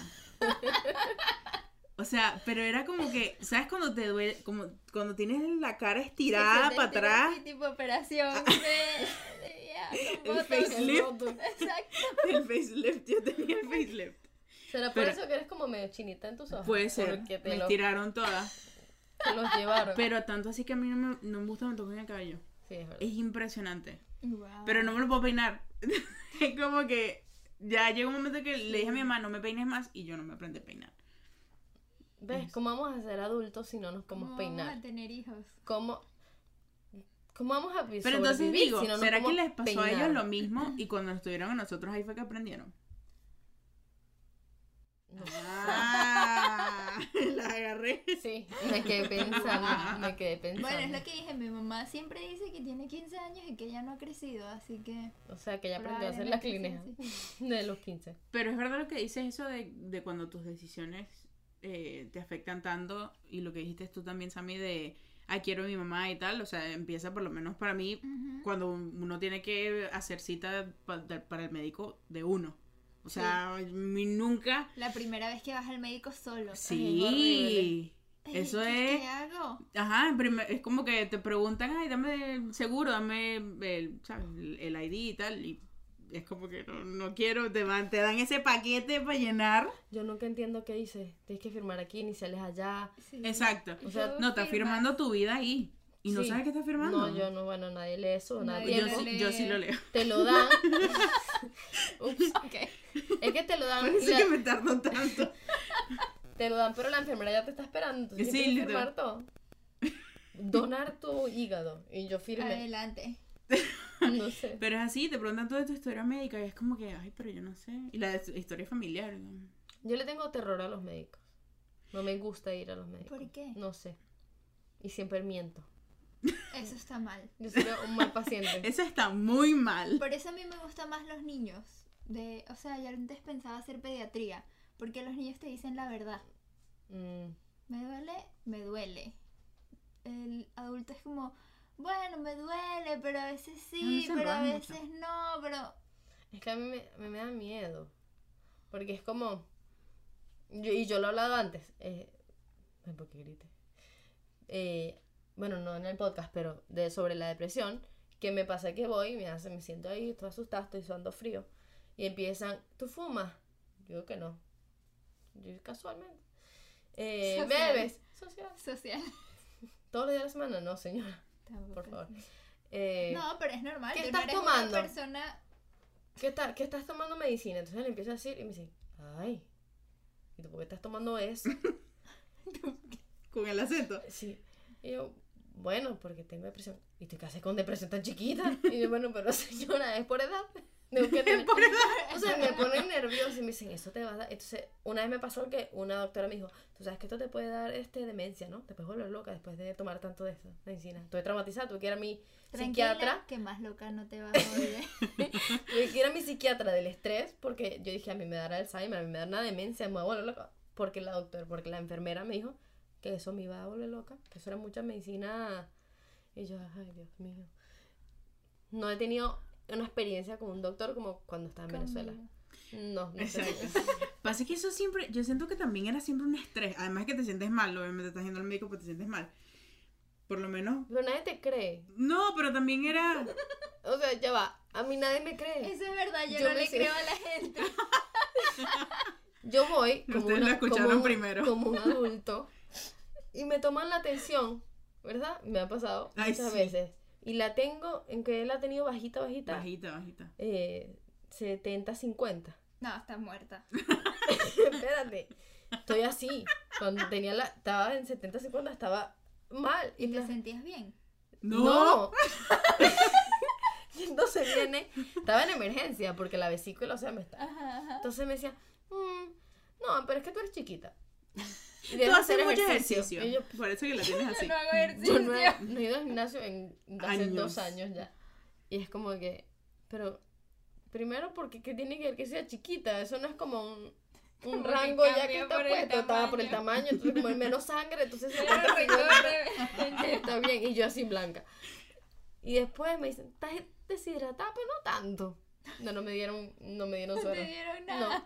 O sea, pero era como que, ¿sabes cuando te duele? Como cuando tienes la cara estirada
Entonces,
para
tiene
atrás.
así Tipo operación. de- de- ya, con
El
botox.
facelift.
Exacto.
El facelift, yo tenía el facelift.
¿Será por
Pero-
eso que eres como medio chinita en tus ojos?
Puede ser.
Porque te
Me
lo-
estiraron todas.
te los llevaron.
Pero tanto así que a mí no me, no me gusta cuando me tocan el cabello.
Sí, es verdad.
Es impresionante.
Wow.
pero no me lo puedo peinar. es como que ya llega un momento que le dije a mi mamá, no me peines más y yo no me aprendí a peinar.
¿Ves? ¿Cómo vamos a ser adultos si no nos podemos
¿Cómo Vamos
peinar?
a tener hijos.
¿Cómo, cómo vamos a
Pero entonces
sobrevivir
digo,
si no nos
¿será que
podemos
les pasó a
peinar?
ellos lo mismo y cuando nos tuvieron a nosotros ahí fue que aprendieron?
No.
Ah, la agarré.
Sí, me quedé pensando, me quedé pensando.
Bueno, es lo que dije, mi mamá siempre dice que tiene 15 años y que ella no ha crecido, así que...
O sea, que ya aprendió a hacer la clineja
probablemente
de los 15.
Pero es verdad lo que dices eso de, de cuando tus decisiones eh, te afectan tanto y lo que dijiste tú también, Sammy, de, ah, quiero a mi mamá y tal, o sea, empieza por lo menos para mí
Ujú.
cuando uno tiene que hacer cita pa- de- para el médico de uno. O sea, mi nunca...
La primera vez que vas al médico solo.
Sí,
Ay,
eso
¿qué-
es...
¿Qué hago?
Ajá, en primer- es como que te preguntan, ay, dame el seguro, dame el, ¿sabes? el- el ID y tal, y es como que no, no quiero, te, van- te dan ese paquete para llenar.
Yo nunca entiendo qué dice. Tienes que firmar aquí, iniciales allá.
Sí.
Exacto.
O sea,
Yo
No, estás
firma-
firmando tu vida ahí. Y no
Sí.
sabes qué estás firmando.
No, yo no, bueno, nadie lee eso, nadie,
Nadie
Yo
lo
eso.
sí-
lee.
yo sí lo leo.
Te lo dan. Ups. Es que te lo dan.
Por
y
eso
la-
que me tardó tanto.
Te lo dan, pero la enfermera ya te está esperando. Tú
Sí,
tienes que
literal.
firmar todo. Donar tu hígado. Y yo firmé.
Adelante.
No sé.
Pero es así, te preguntan toda tu historia médica y es como que, ay, pero yo no sé. Y la de- historia familiar. ¿no?
Yo le tengo terror a los médicos. No me gusta ir a los médicos.
¿Por qué?
No sé. Y siempre miento.
Eso está mal.
Yo soy un mal paciente.
Eso está muy mal.
Por eso a mí me gustan más los niños. De, o sea, yo antes pensaba hacer pediatría, porque los niños te dicen la verdad.
Mm,
Me duele, me duele. El adulto es como, bueno, me duele, pero a veces sí,
se
pero a
enredan mucho.
veces no, pero...
Es que a mí me, me- me da miedo. Porque es como. yo- y yo lo he hablado antes. Eh, ay, ¿por qué grité? Eh, bueno, no en el podcast, pero de, sobre la depresión. Que me pasa que voy, me hace, me siento ahí, estoy asustada, estoy sudando frío. Y empiezan, ¿tú fumas? Yo que no. Yo casualmente. Eh,
Social.
¿Bebes? Social.
Social.
¿Todos los días de la semana? No, señora.
Tampoco
Por
es-
favor. Eh,
No, pero es normal.
¿Qué
tú
estás
no eres
tomando?
Una persona...
¿qué, tal? ¿qué estás tomando medicina? Entonces le empiezo a decir y me dice, ay, ¿y tú por qué estás tomando eso?
Con el acento.
sí. Y yo, bueno, porque tengo depresión. ¿Y tú qué haces con depresión tan chiquita? Y yo, bueno, pero señora, es por edad. Tengo que tener- O sea, me ponen nerviosa y me dicen, eso te va a dar. Entonces, una vez me pasó que una doctora me dijo, tú sabes que esto te puede dar este demencia, ¿no? Te puedes volver loca después de tomar tanto de esa medicina. Estoy traumatizada, tuve que ir a mi
Tranquila,
psiquiatra.
que más loca no te va a volver.
Tuve que ir a mi psiquiatra del estrés porque yo dije, a mí me dará Alzheimer, a mí me dará una demencia, me voy a volver loca. Porque la doctora, porque la enfermera me dijo que eso me iba a volver loca, que eso era mucha medicina. Y yo, ay, Dios mío. No he tenido una experiencia con un doctor como cuando estaba en Venezuela.
Conmigo.
No, no sé.
Exacto. Pasa que eso siempre, yo siento que también era siempre un estrés. Además que te sientes mal, obviamente estás yendo al médico porque te sientes mal. Por lo menos.
Pero nadie te cree.
No, pero también era.
O sea, ya va. A mí nadie me cree.
Eso es verdad, yo,
Yo
no
me
le
sé.
creo a la gente.
Yo voy como,
Ustedes lo
una-
escucharon
como un-
primero.
como un adulto y me toman la atención, ¿verdad? Me ha pasado
Ay,
muchas
sí.
veces. Y la tengo, en que él ha tenido bajita, bajita,
Bajita, bajita.
eh, 70, 50.
No, está muerta.
Espérate, estoy así. Cuando tenía la, estaba en 70, 50, estaba mal.
¿Y te
la-
sentías bien?
No.
Y entonces viene, estaba en emergencia porque la vesícula, o sea, me está.
Ajá, ajá.
Entonces me decía, "Mm, no, pero es que tú eres chiquita. Y debes
Tú haces
hacer
mucho
ejercicio.
ejercicio.
Y yo,
Por eso que la tienes así.
No hago ejercicio.
yo no he, no he ido al gimnasio en hace
Años.
dos años ya. Y es como que, pero primero porque ¿qué tiene que ver que sea chiquita, eso no es como un, un
Como que
rango ya que
cambia
está
por el
puesto, estaba por el
tamaño.
tamaño, entonces como hay menos sangre, entonces se
Pero recorre.
está bien, y yo así blanca. Y después me dicen, estás deshidratada, pero no tanto. No, no me dieron, no me dieron
No
suero.
te dieron nada.
No.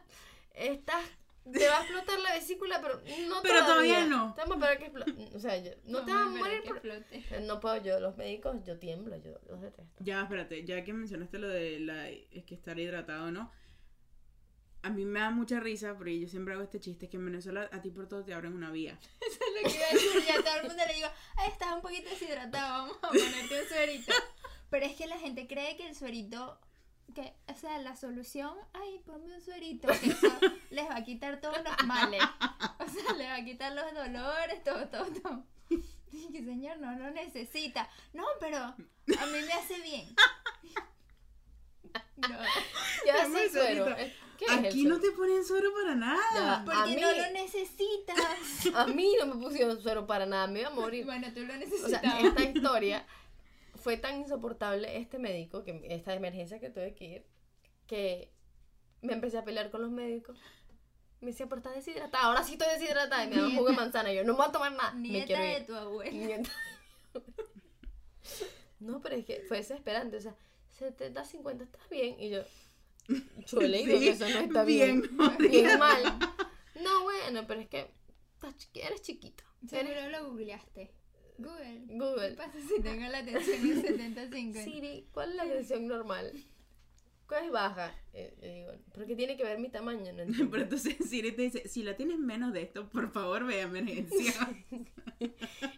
Estás. Te va a explotar la vesícula, pero no
Pero todavía no.
Te vamos a esperar que explo- O sea, yo- no, te vas a
me
morir
espero que
por-
flote.
No puedo, yo, los médicos, yo tiemblo, yo los detesto.
Ya, espérate, ya que mencionaste lo de la, es que estar hidratado, ¿no? A mí me da mucha risa porque yo siempre hago este chiste que en Venezuela a ti por todo te abren una vía.
Eso es lo que iba a decir. Ya todo el mundo le digo, ay, estás un poquito deshidratado, vamos a ponerte un suerito. Pero es que la gente cree que el suerito, que, o sea, la solución, ay, ponme un suerito, que eso les va a quitar todos los males. O sea, les va a quitar los dolores, todo, todo, todo. Y que señor, no lo necesita. No, pero a mí me hace bien. No.
Ya
Dame
sí,
el
suero.
suerito.
Eh, ¿Qué es el
Aquí no
suero?
te ponen suero para
Ya
nada.
va.
Porque
A mí-
no lo necesitas.
A mí no me pusieron suero para nada, me iba a morir.
Bueno, tú lo
O sea,
necesitabas.
esta historia fue tan insoportable este médico, que esta emergencia que tuve que ir, que me empecé a pelear con los médicos. Me decía, pero estás deshidratada, ahora sí estoy deshidratada. Y me daba un jugo de manzana. Y yo, no me voy a tomar nada. me
Nieta
quiero
de
ir.
tu abuela.
Nieta. No, pero es que fue desesperante. O sea, 70, 50, estás bien. Y yo, yo le digo
Sí,
que eso no está
bien,
bien.
María.
Bien mal. No, bueno, pero es que estás chiqui- eres chiquita. Eres
Seguro lo googleaste. Google. ¿Qué
Google.
pasa si tengo la atención en 75?
Siri, ¿cuál es la tensión normal? ¿Cuál es baja? Eh, yo digo, ¿pero qué tiene que ver mi tamaño? No entiendo.
Pero entonces Siri te dice, si la tienes menos de esto, por favor ve a emergencia.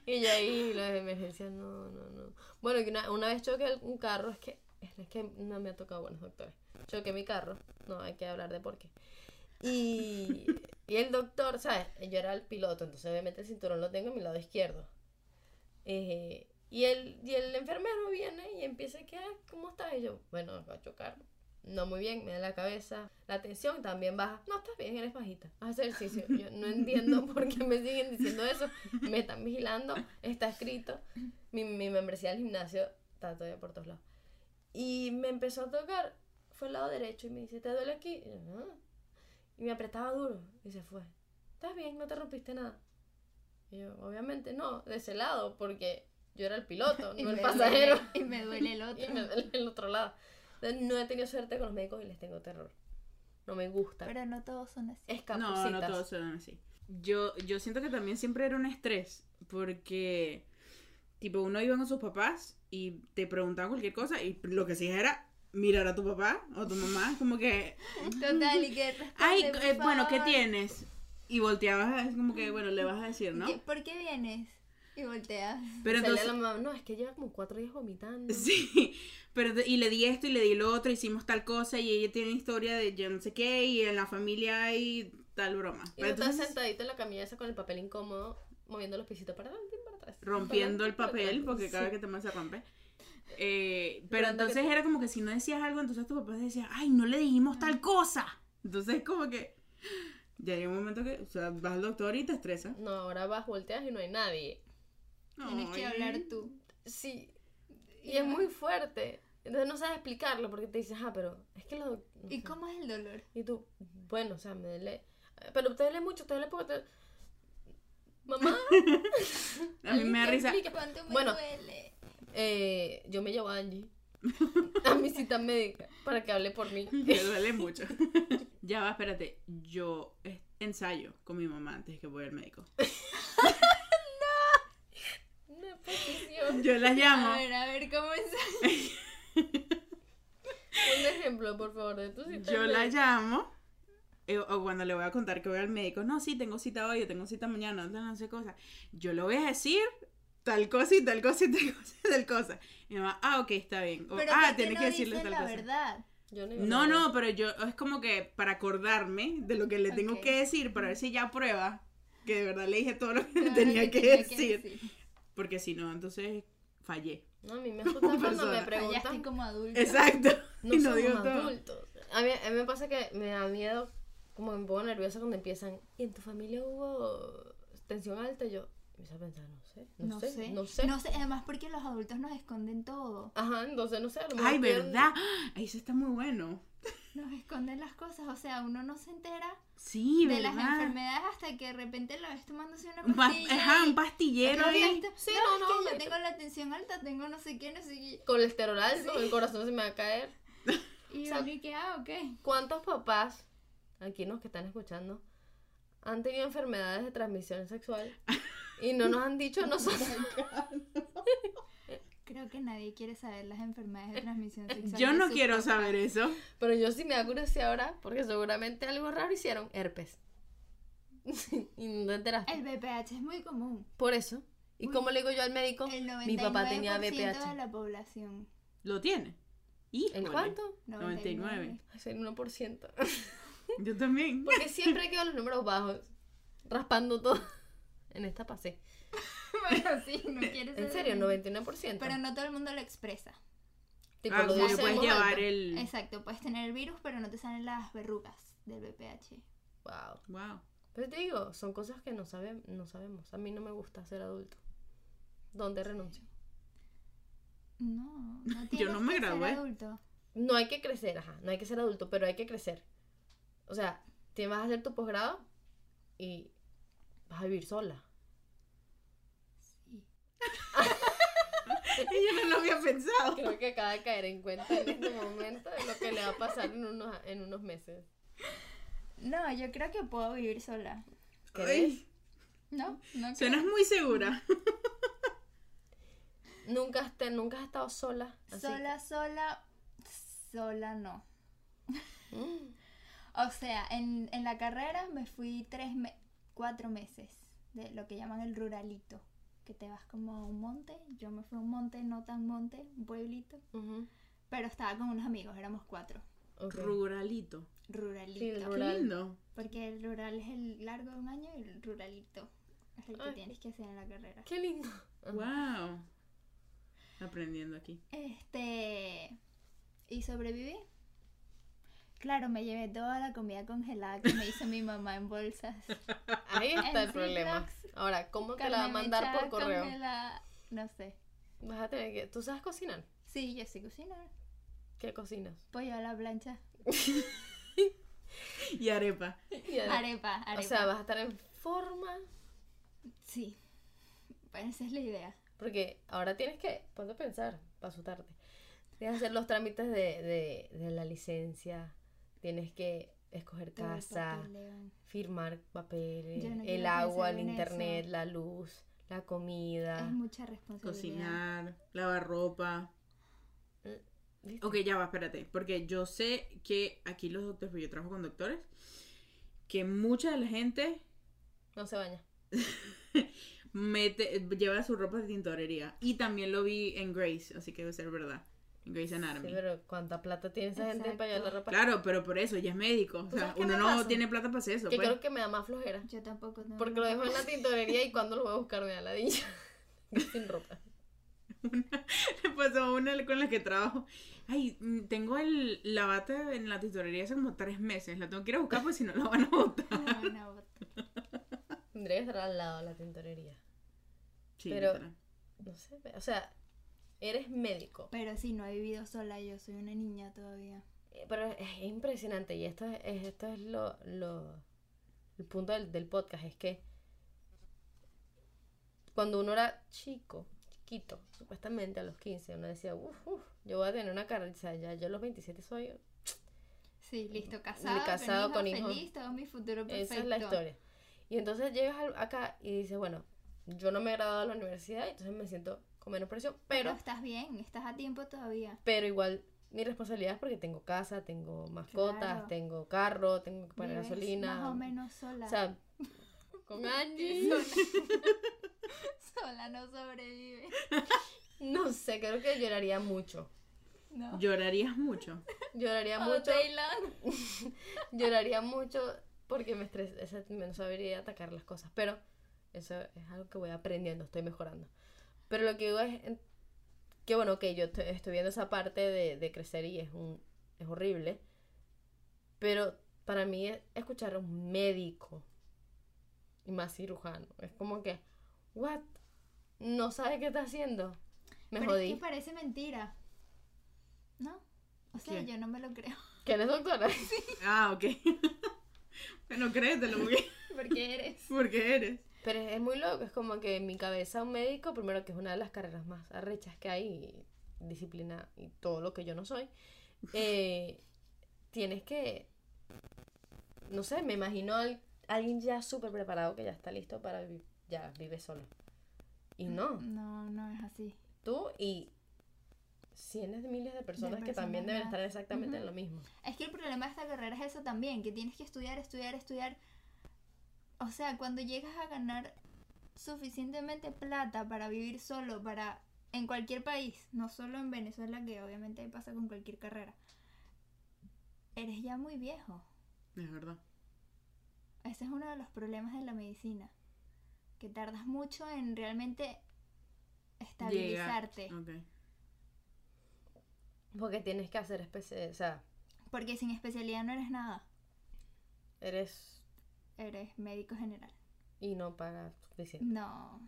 Y yo ahí, las emergencias, no, no, no. Bueno, que una, una vez choqué el- un carro, es que, es que no me ha tocado buenos doctores. Choqué mi carro, no, hay que hablar de por qué. Y, y el doctor, ¿sabes? Yo era el piloto, entonces obviamente el cinturón lo tengo en mi lado izquierdo. Eh, y, el, y el enfermero viene y empieza que, "Ah, ¿cómo estás? Y yo, bueno, va a chocar. No muy bien, me da la cabeza. La tensión también baja. No, estás bien, eres bajita. Haz ejercicio. Yo no entiendo por qué me siguen diciendo eso. Me están vigilando, está escrito. Mi, mi membresía al gimnasio está todavía por todos lados. Y me empezó a tocar, fue al lado derecho y me dice, ¿te duele aquí? Y, yo, "No". Y me apretaba duro y se fue. ¿Estás bien? ¿No te rompiste nada? Y yo, obviamente no, de ese lado, porque yo era el piloto,
Y
no el
me
pasajero.
duele- y me duele el otro.
Y me duele el otro lado. Entonces, no he tenido suerte con los médicos y les tengo terror. No me gusta.
Pero no todos son así.
No,
Escapucitas.
no todos se dan así. Yo, yo siento que también siempre era un estrés, porque, tipo, uno iba con sus papás y te preguntaban cualquier cosa y lo que hacías era mirar a tu papá o tu mamá, como que,
Total, y que responde,
ay,
por
eh, bueno, ¿qué
favor.
tienes? Y volteabas, es como que, bueno, le vas a decir, ¿no?
¿Qué- ¿Por qué vienes? Y volteas.
Pero
Salía
entonces,
la mamá, no, es que lleva como cuatro días vomitando.
Sí, pero de- y le di esto y le di lo otro, hicimos tal cosa y ella tiene historia de yo no sé qué y en la familia hay tal broma.
Y
Pero
tú estás
entonces,
sentadito en la camilla esa con el papel incómodo, moviendo los pisitos para adelante y para atrás.
rompiendo el
Para adelante
papel
y para
porque cada
atrás.
vez que te más se rompe. Eh, pero
Llorando que
entonces
te-
era como que si no decías algo, entonces tu papá decía, ay, no le dijimos tal cosa. Entonces como que ya llega un momento que, o sea, vas al doctor y te estresa.
Sí. No, ahora vas, volteas y no hay nadie.
Tienes que
Ay.
hablar tú.
Sí. Y es muy fuerte. Entonces no sabes explicarlo porque te dices, ah, pero es que los. doc- no
¿Y
sé".
cómo es el dolor?
Y tú, bueno, o sea, me duele. Pero te duele mucho, te duele porque te. Mamá,
A mí me da
¿Alguien
risa.
explica?
¿Cuánto me
Bueno.
duele?
Eh, yo me llevo a Angie a mi cita médica para que hable por mí.
Me duele mucho. ya va, espérate. Yo eh, ensayo con mi mamá antes que voy al médico.
Una posición.
Yo la
A
llamo.
ver, a ver, ¿cómo es?
Un ejemplo, por favor, de tu cita.
Yo la
médica.
llamo. eh, O cuando le voy a contar que voy al médico, no, sí, tengo cita hoy, yo tengo cita mañana, no, no sé cosa. Yo le voy a decir tal cosa y tal cosa y tal cosa y tal cosa. Y mi mamá, ah, ok, está bien. O,
Pero
ah,
¿por qué
tienes
no
que decirle
dices
tal
la
cosa.
verdad.
Yo digo
No,
nada.
no, pero yo es como que para acordarme de lo que le tengo
Ok.
que decir, para ver si ya prueba que de verdad le dije todo lo que le
Claro,
tenía
que
que,
tenía que
decir.
decir.
Porque si no, entonces fallé.
No, a mí me asusta cuando me
persona.
preguntan.
Fallaste como adulto.
Exacto.
No,
y no
somos
digo todo.
adultos. A mí, a mí me pasa que me da miedo, como me pongo nerviosa cuando empiezan. ¿Y en tu familia hubo tensión alta? Y yo empiezo a pensar, no sé, no,
No sé.
no sé.
No sé, además porque los adultos nos esconden todo.
Ajá, entonces no sé. a lo mejor
Ay,
tuvieron-
¿verdad? Ay, eso está muy bueno.
Nos esconden las cosas, o sea, uno no se entera
Sí,
de
¿verdad?
las enfermedades hasta que de repente la ves tomándose una
Un, pas-
pastilla.
ajá, un
y-
pastillero
Ajá,
ahí.
esto-
Sí,
no,
no,
es
no,
que
me-
yo tengo la tensión alta, tengo no sé qué, no sé qué.
Colesterol alto, el corazón se me va a caer.
Y
sea,
uno y que, ah, ok.
¿Cuántos papás, aquí nos que están escuchando, han tenido enfermedades de transmisión sexual y no nos han dicho a nosotros?
Creo que nadie quiere saber las enfermedades de transmisión sexual.
Yo
de
no
sus
quiero
papás.
saber eso.
Pero yo sí me hago curiosidad ahora porque seguramente algo raro hicieron herpes. y no te enteraste.
El BPH es muy común.
Por eso. ¿Y cómo le digo yo al médico?
El 99%
Mi papá tenía
de
BPH.
la población.
Lo tiene. Híjole.
¿En cuánto?
99.
Es el 1%.
Yo también.
Porque siempre quedan los números bajos, raspando todo. En esta pasé.
bueno, sí, no quiero saber.
En serio, 99%.
Pero no todo el mundo lo expresa.
Tipo,
Ah,
lo
como que
dice en
puedes
voz
llevar
alta.
el.
Exacto, puedes tener el virus, pero no te salen las verrugas del BPH.
Wow.
Wow.
Pero te digo, son cosas que no, sabe- no sabemos. A mí no me gusta ser adulto. ¿Dónde renuncio?
No, no tienes
no me
que ser
gradué.
adulto.
No hay que crecer, ajá. No hay que ser adulto, pero hay que crecer. O sea, te vas a hacer tu posgrado y vas a vivir sola.
Sí.
Yo no lo había pensado.
Creo que acaba de caer en cuenta en este momento de lo que le va a pasar en unos, en unos meses.
No, yo creo que puedo vivir sola.
¿Crees?
No, no creo.
Suenas muy segura.
¿Nunca has, te- nunca has estado sola? así?
Sola, sola, sola no.
Mm.
O sea, en, en la carrera me fui tres me- cuatro meses de lo que llaman el ruralito, que te vas como a un monte. Yo me fui a un monte, no tan monte, un pueblito,
Ujú.
pero estaba con unos amigos, éramos cuatro.
Ok.
Ruralito.
Ruralito.
Sí, el
Qué
Rural.
lindo.
Porque el rural es el largo de un año y el ruralito es el que
Ay.
tienes que hacer en la carrera.
Qué lindo. Ajá.
Wow. Aprendiendo aquí.
Este. Y sobreviví. Claro, me llevé toda la comida congelada que me hizo mi mamá en bolsas.
Ahí está el
En
problema.
Ziplocs,
Ahora, ¿cómo te la va a
carne
mandar por
mechada
correo?
congelada, No sé.
Vas a tener que... ¿Tú sabes cocinar?
Sí, yo sé cocinar.
¿Qué cocinas?
Pollo a la plancha.
Y arepa.
Y ahora-
Arepa, arepa.
O sea, vas a estar en forma
Sí. Bueno, esa es la idea.
porque ahora tienes que... Ponte a pensar para asustarte. Tienes que hacer los trámites de, de- de la licencia. Tienes que escoger
Todo el
casa.
papeleo.
firmar papeles,
Yo no
el
quiero
agua,
pensar
el
en
internet,
eso.
la luz, la comida.
Es mucha responsabilidad.
Cocinar, lavar ropa.
¿Viste?
Ok, ya va, espérate. Porque yo sé que aquí los doctores, porque yo trabajo con doctores, que mucha de la gente
No se baña.
mete, lleva su ropa de tintorería. Y también lo vi en Grace, así que debe ser verdad. En Grace
Sí,
Anatomy.
pero ¿cuánta plata tiene esa gente para llevar la ropa?
Claro, pero por eso, ella es médico. O
¿Tú
sea,
Pues, sabes qué
uno
me
no
pasa?
tiene plata para hacer eso.
Que
pues.
creo que me da más flojera.
Yo tampoco tengo
Porque lo dejo en la tintorería y cuando lo voy a buscar me da la dicha. Sin ropa.
Pues a una con la que trabajo. Ay, mm, tengo el, la bata en la tintorería hace como tres meses. La tengo que ir a buscar porque si no la van a botar.
Ah, no, bota.
Tendría que estar al lado de la tintorería.
Sí,
Pero-
literal.
No sé, o sea, eres médico.
Pero sí, no he vivido sola, yo soy una niña todavía.
Eh, Pero es es impresionante y esto es, es- esto es lo, lo- el punto del, del podcast, es que cuando uno era chico, chiquito, supuestamente a los 15, uno decía, uff, uff, yo voy a tener una carrera, o sea, ya yo a los 27 soy,
Sí, listo,
casado, casado
casado,
con
con
hijo.
hijos, feliz, todo mi futuro perfecto.
esa es la historia. Y entonces llegas al- acá y dices, bueno, yo no me he graduado de la universidad, entonces me siento con menos presión,
Pero
pero,
estás bien, estás a tiempo todavía.
pero igual mi responsabilidad es porque tengo casa, tengo mascotas,
Claro.
tengo carro, tengo que poner
Vives
gasolina.
Más o menos sola.
O sea, con Angie.
sola no sobrevive.
No sé, creo que lloraría mucho.
No.
Llorarías mucho.
Lloraría
Oh,
mucho.
Taylor.
Lloraría mucho porque me estres, esa- me- no sabría atacar las cosas. Pero eso es algo que voy aprendiendo, estoy mejorando. Pero lo que digo es en- que bueno, que yo estoy, estoy viendo esa parte de, de crecer y es un es horrible. Pero para mí es- escuchar a un médico y más cirujano es como que what no sabe qué está haciendo. Me
Pero
jodí.
es que parece mentira. ¿No? O sea,
¿Qué?
yo no me lo creo.
¿Que eres doctora?
Ah, ok. bueno, créetelo, porque,
Porque eres.
porque eres.
Pero es, es muy loco, es como que en mi cabeza un médico, primero que es una de las carreras más arrechas que hay, y disciplina y todo lo que yo no soy, eh, tienes que, no sé, me imagino al- alguien ya súper preparado que ya está listo para vi- ya vive solo. Y no,
No, no es así.
tú y cientos de miles de personas que también
personas
deben
más.
estar exactamente en
Ujú.
lo mismo.
Es que el problema de esta carrera es eso también, que tienes que estudiar, estudiar, estudiar. O sea, cuando llegas a ganar suficientemente plata para vivir solo, para en cualquier país, no solo en Venezuela, que obviamente pasa con cualquier carrera, eres ya muy viejo.
Es verdad.
Ese es uno de los problemas de la medicina, que tardas mucho en realmente estabilizarte.
Llega- ok.
Porque tienes que hacer especie, o sea,
Porque sin especialidad no eres nada,
eres
eres médico general.
y no pagas suficiente.
No.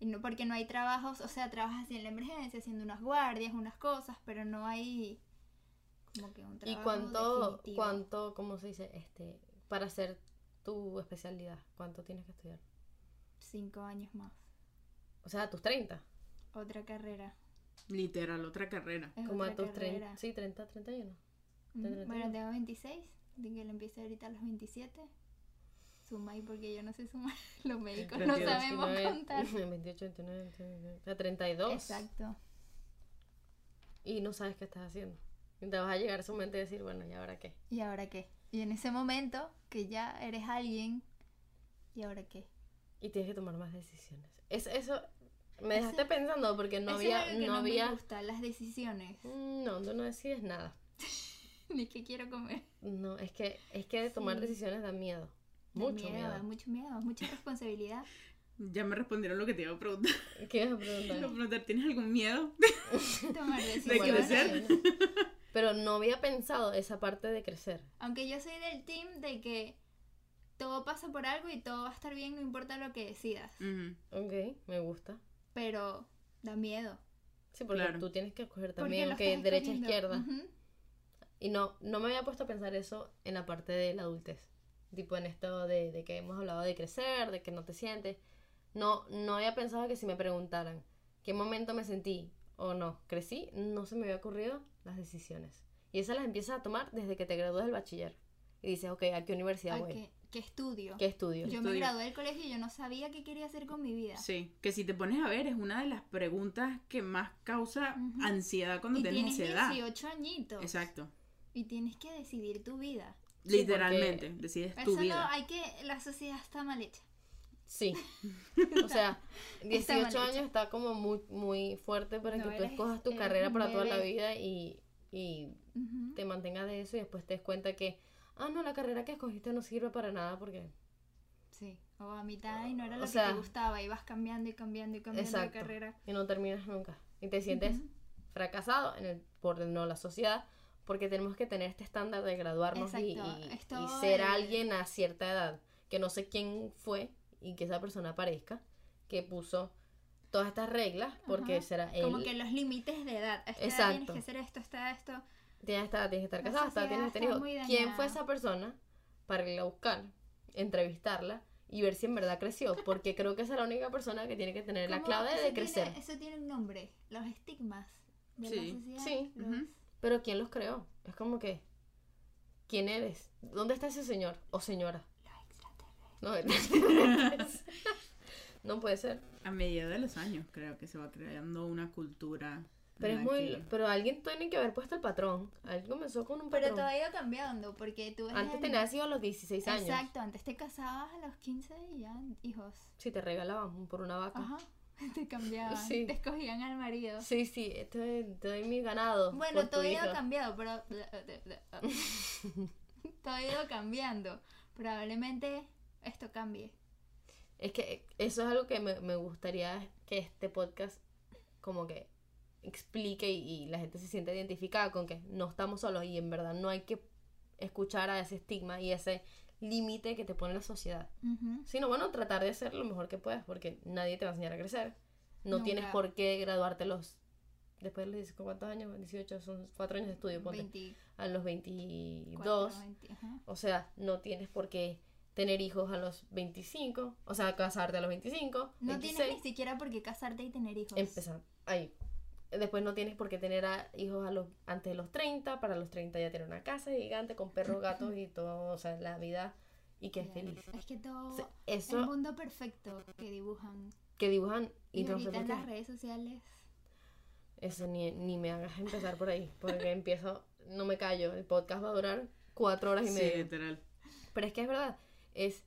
Y no. Porque no hay trabajos, o sea, trabajas así en la emergencia, haciendo unas guardias, unas cosas, pero no hay como que un
¿Y
trabajo.
cuánto,
definitivo.
cuánto, cómo se dice, este, para hacer tu especialidad, cuánto tienes que estudiar?
Cinco años más.
O sea, a tus 30.
Otra carrera.
Literal, otra carrera.
Es
como a
otra
tus 30.
carrera.
Sí, 30, 31.
Ujú.
tendrá
Bueno,
tiempo.
tengo 26, de que lo empiece ahorita a los 27. Suma ahí porque yo no sé sumar. Los médicos no
32,
sabemos
29,
contar.
28, 29, 29, o sea, 32.
Exacto.
Y no sabes qué estás haciendo. Y te vas a llegar a su mente y decir, bueno, ¿y ahora qué?
¿Y ahora qué? Y en ese momento que ya eres alguien, ¿y ahora qué?
Y tienes que tomar más decisiones. Es, eso me dejaste pensando porque no
Eso es
había,
algo que
no
me
había,
gusta, las decisiones.
Mm, no, tú no decides nada.
Ni qué quiero comer.
No, es que, es que tomar decisiones da miedo.
Da
Mucho
miedo, da
miedo.
Mucho miedo, mucha responsabilidad.
Ya me respondieron lo que te iba a preguntar.
¿Qué vas a
Te iba a
preguntar?
preguntar, ¿tienes algún miedo?
Tomar
¿De
decisiones.
Bueno,
crecer?
sí. Pero no había pensado esa parte de crecer.
Aunque yo soy del team de que todo pasa por algo y todo va a estar bien, no importa lo que decidas.
Mm.
Ujú.
Ok, me gusta.
Pero da miedo.
Sí, porque
Claro.
tú tienes que escoger
porque
también
lo
que
estás
derecha,
escogiendo.
izquierda.
Ujú.
Y no, no me había puesto a pensar eso en la parte de la adultez. Tipo en esto de, de que hemos hablado de crecer, de que no te sientes. No, no había pensado que si me preguntaran qué momento me sentí o no crecí, no se me había ocurrido las decisiones. Y esas las empiezas a tomar desde que te gradúas del bachiller. Y dices, ok, ¿a qué universidad
Ay,
voy?
qué- qué estudio.
¿Qué estudio?
Yo me
estudio?
gradué del colegio y yo no sabía qué quería hacer con mi vida.
Sí, que si te pones a ver es una de las preguntas que más causa
Ujú.
ansiedad cuando
Y
tienes
tienes
esa edad.
18 añitos.
Exacto.
Y tienes que decidir tu vida.
Sí,
Literalmente, decides tu
Eso no,
vida.
hay que. La sociedad está mal hecha.
Sí. O sea, 18
mal hecho.
años está como muy, muy fuerte para
No,
que tú
eres-
escojas tu
eres
carrera
un
para toda la
bebé.
vida y, y
Ujú.
te mantengas de eso y después te des cuenta que, ah, no, la carrera que escogiste no sirve para nada porque...
Sí. O a mitad y no era lo
O
que
sea-
te gustaba. Y vas cambiando y cambiando y cambiando
Exacto.
de carrera.
Y no terminas nunca. Y te sientes fracasado en el, por no la sociedad porque tenemos que tener este estándar de graduarnos y,
Exacto,
y-
es
y
todo
ser
el-
alguien a cierta edad. Que no sé quién fue y que esa persona aparezca que puso todas estas reglas porque
Ajá.
será él.
Como que los límites de edad. A esta edad
Exacto.
tienes que hacer esto, esta, esto.
Tienes que estar, tienes que estar
La
casada, hasta tienes que
sociedad
tener
está
hijos.
muy
¿Quién fue
dañada.
esa persona para irla a buscar, entrevistarla y ver si en verdad creció? Porque creo que esa es la única persona que tiene que tener la
Como
clave
eso
de
tiene-
crecer.
eso tiene un nombre. Los estigmas de
Sí.
la sociedad.
Sí.
los-
Ujú.
Pero ¿quién los creó? Es como que, ¿quién eres? ¿Dónde está ese señor o señora? No, no puede ser.
A medida de los años creo que se va creando una cultura.
Pero
en
es
la
muy,
que-
pero alguien tiene que haber puesto el patrón. Alguien comenzó con un
Pero
patrón.
todo ha ido cambiando. Porque tú ves
Antes
en-
tenías hijos a los 16 años.
Exacto, antes te casabas a los 15 y ya, hijos.
Si te regalaban por una vaca.
Ajá. Te cambiaban,
Sí.
te escogían al marido.
Sí, sí, te, te doy mi ganado.
Bueno,
por tu
todo ha ido
hija.
cambiado, pero. todo ha ido cambiando. Probablemente esto cambie.
Es que eso es algo que me, me gustaría que este podcast como que explique y, y la gente se sienta identificada con que no estamos solos y en verdad no hay que escuchar a ese estigma y ese límite que te pone la sociedad.
Ujú.
Sino bueno, tratar de hacer lo mejor que puedas porque nadie te va a enseñar a crecer. No
Nunca.
tienes por qué graduarte los... Después de los 18, ¿cuántos años? 18, son 4 años de estudio, ponte.
24,
A los 22.
20, ajá.
O sea, no tienes por qué tener hijos a los 25, o sea, casarte a los 25,
No
26,
tienes ni siquiera por qué casarte y tener hijos.
empezar ahí. Después no tienes por qué tener a- hijos a los, antes de los 30, para los 30 ya tener una casa gigante con perros, gatos y todo, o sea, la vida y que es
Ya.
feliz.
Es que todo.
O sea,
El
eso
mundo perfecto que dibujan.
que dibujan y,
Y,
no sé
ahorita
por
en
qué.
las redes sociales.
Eso ni, ni me hagas empezar por ahí, porque empiezo, no me callo, el podcast va a durar cuatro horas y
Sí,
media.
literal.
Pero es que es verdad, es